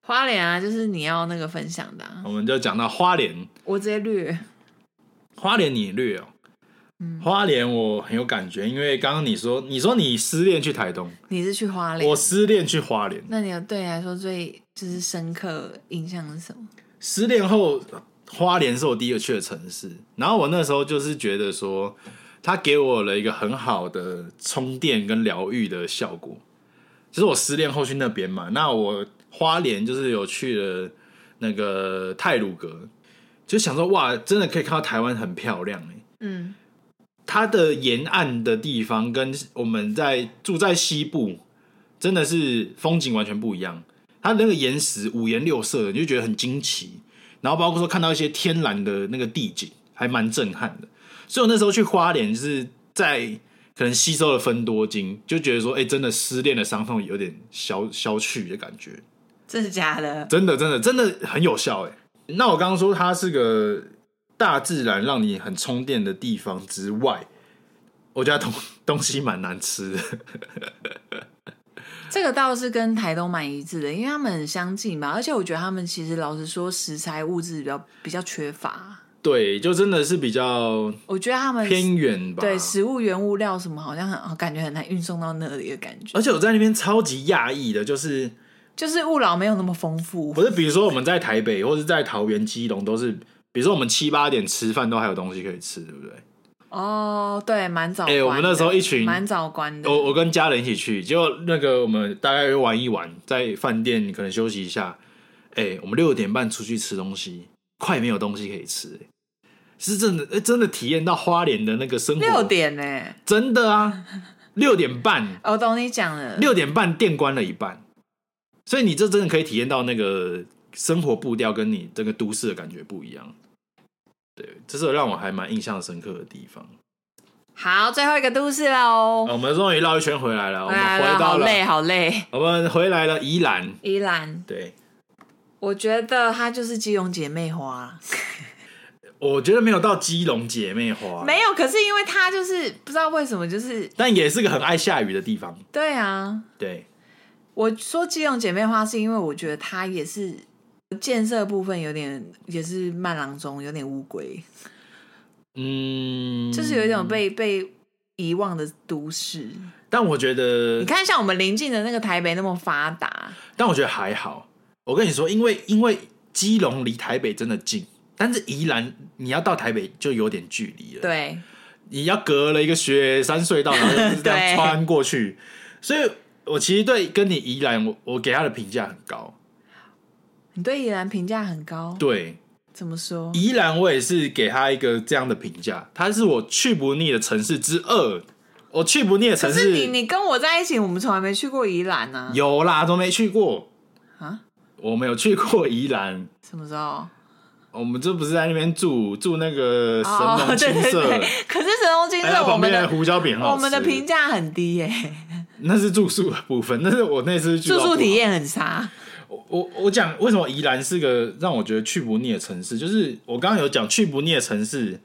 B: 花莲啊，就是你要那个分享的、啊，
A: 我们就讲到花莲。
B: 我直接略。
A: 花莲你略哦，
B: 嗯
A: 花莲我很有感觉，因为刚刚你说你说你失恋去台东，
B: 你是去花莲
A: 我，失恋去花莲，
B: 那你有对你来说最就是深刻印象是什么？
A: 失恋后花莲是我第一个去的城市，然后我那时候就是觉得说，它给我了一个很好的充电跟疗愈的效果。就是我失恋后去那边嘛，那我花莲就是有去了那个泰鲁阁，就想说哇，真的可以看到台湾很漂亮哎、
B: 嗯，
A: 它的沿岸的地方跟我们在住在西部，真的是风景完全不一样。它那个岩石五颜六色的，你就觉得很惊奇。然后包括说看到一些天然的那个地景，还蛮震撼的。所以我那时候去花莲，就是在可能吸收了芬多精，就觉得说，哎、真的失恋的伤痛有点消消去的感觉。
B: 真的假的？
A: 真的，真的，真的很有效哎。那我刚刚说它是个大自然让你很充电的地方之外，我觉得它东东西蛮难吃的。 [laughs]
B: 这个倒是跟台东蛮一致的，因为他们很相近嘛，而且我觉得他们其实老实说，食材物质比较比较缺乏。
A: 对，就真的是比较
B: 我觉得他们
A: 偏远吧。
B: 对食物原物料什么，好像很感觉很难运送到那里的感觉，
A: 而且我在那边超级讶异的，就是
B: 就是物料没有那么丰富
A: 不。是比如说我们在台北或是在桃园、基隆都是，比如说我们七八点吃饭都还有东西可以吃，对不对？
B: 哦，对，蛮早关
A: 哎
B: 的。
A: 我们那时候一群
B: 蛮早关的，
A: 我我跟家人一起去，结果那个我们大概玩一玩，在饭店可能休息一下。哎、我们六点半出去吃东西，快没有东西可以吃、哎是真的，哎、真的体验到花莲的那个生活。
B: 六点呢、
A: 真的啊，六点半，
B: 我懂你讲了。
A: 六点半店关了一半，所以你这真的可以体验到那个生活步调跟你这个都市的感觉不一样。对，这是让我还蛮印象深刻的地方。
B: 哦好，最后一个都市喽
A: 啊，我们终于绕一圈回来了，我们
B: 来
A: 回到
B: 哎好
A: 了，
B: 累，啊好累。
A: 我们回来了宜兰。
B: 依兰，
A: 对，
B: 我觉得她就是基隆姐妹花，
A: 我觉得没有到基隆姐妹花，
B: 没有。可是因为她就是不知道为什么，就是
A: 但也是个很爱下雨的地方。
B: 对啊。
A: 对，
B: 我说基隆姐妹花是因为我觉得她也是建设部分有点也是慢郎中，有点乌龟，
A: 嗯，
B: 就是有一种被被遗忘的都市。
A: 但我觉得
B: 你，看，像我们邻近的那个台北那么发达，
A: 但我觉得还好。我跟你说，因为因为基隆离台北真的近，但是宜兰你要到台北就有点距离了。，
B: 对，
A: 你要隔了一个雪山隧道，然后就是这样
B: [laughs] 对
A: 穿过去。所以，我其实对跟你宜兰，我我给他的评价很高。
B: 你对宜兰评价很高，
A: 对，
B: 怎么说？
A: 宜兰，我也是给他一个这样的评价，它是我去不腻的城市之二。我去不腻的城
B: 可是你
A: 市
B: 你跟我在一起，我们从来没去过宜兰啊呢、
A: 有啦，都没去过
B: 啊。
A: 我没有去过宜兰，
B: 什么时候？
A: 我们这不是在那边住住那个神农
B: 哦对
A: 青
B: 对
A: 社，
B: 对。可是神农青
A: 哎它
B: 社，我
A: 旁
B: 们
A: 边的
B: 的
A: 胡椒饼很好吃
B: 我们的评价很低耶、
A: 那是住宿的部分，但是我那次去
B: 住宿体
A: 验。
B: 验很差。
A: 我我我讲为什么宜兰是个让我觉得去不腻的城市，就是我刚刚有讲去不腻的城市，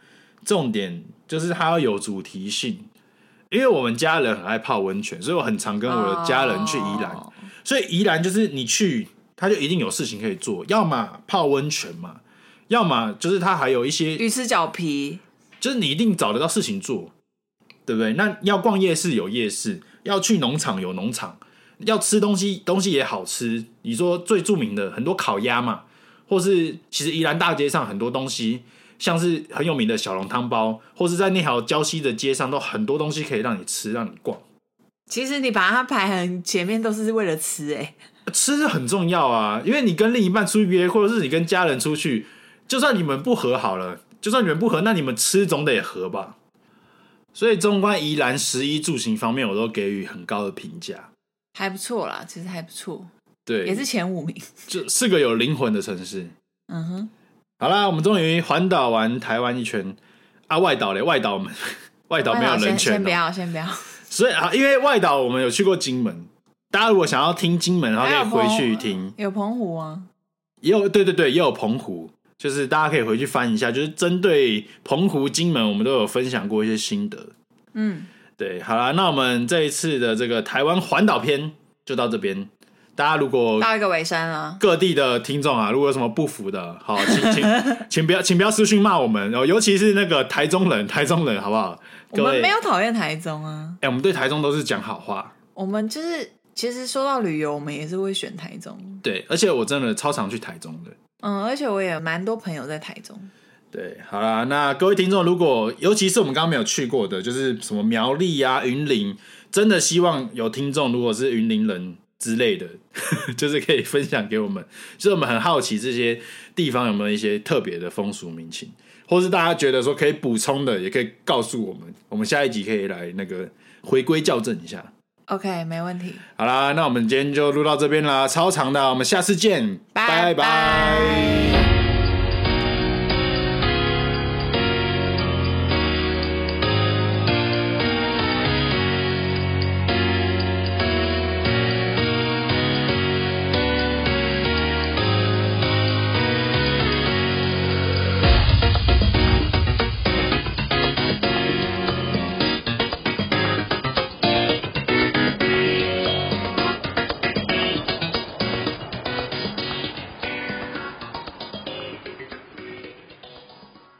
A: 重点就是它要有主题性。因为我们家人很爱泡温泉，所以我很常跟我的家人去宜兰。
B: 哦
A: 所以宜兰就是你去，他就一定有事情可以做，要么泡温泉嘛，要么就是他还有一些，
B: 鱼吃脚皮，
A: 就是你一定找得到事情做，对不对？那要逛夜市有夜市，要去农场有农场，要吃东西东西也好吃。你说最著名的很多烤鸭嘛，或是其实宜兰大街上很多东西，像是很有名的小笼汤包，或是在那条礁溪的街上，都很多东西可以让你吃，让你逛。
B: 其实你把它排很前面都是为了吃、哎，
A: 吃很重要啊，因为你跟另一半出去约，或者是你跟家人出去，就算你们不和好了，就算你们不和，那你们吃总得合吧。所以纵观宜兰十一住行方面，我都给予很高的评价。
B: 还不错啦，其实还不错，
A: 对，
B: 也是前五名。
A: 就是个有灵魂的城市。
B: 嗯哼，
A: 好啦，我们终于环岛完台湾一圈啊，外岛嘞，外岛我们 [laughs] 外岛没有
B: 先
A: 人权、
B: 先不
A: 哦， [laughs]
B: 要，先不要。
A: 所以啊，因为外岛我们有去过金门，大家如果想要听金门，然后可以回去听，
B: 有澎湖啊，
A: 也有对对对，也有澎湖，就是大家可以回去翻一下，就是针对澎湖、金门，我们都有分享过一些心得。
B: 嗯，
A: 对，好啦，那我们这一次的这个台湾环岛篇就到这边。大家如果
B: 到一个尾声啊了。
A: 各地的听众啊，如果有什么不服的，好，请
B: [laughs]
A: 请请不要请不要私讯骂我们，哦，尤其是那个台中人，台中人好不好？
B: 我
A: 各位，
B: 们没有讨厌台中啊，
A: 哎、我们对台中都是讲好话，
B: 我们就是其实说到旅游，我们也是会选台中。
A: 对，而且我真的超常去台中的。
B: 嗯，而且我也蛮多朋友在台中。
A: 对，好啦，那各位听众，如果尤其是我们刚刚没有去过的，就是什么苗栗啊、云林，真的希望有听众如果是云林人之类的， [laughs] 就是可以分享给我们，就是我们很好奇这些地方有没有一些特别的风俗民情，或是大家觉得说可以补充的，也可以告诉我们，我们下一集可以来那个回归校正一下。
B: OK，没问题，
A: 好啦，那我们今天就录到这边啦，超长的，我们下次见，拜
B: 拜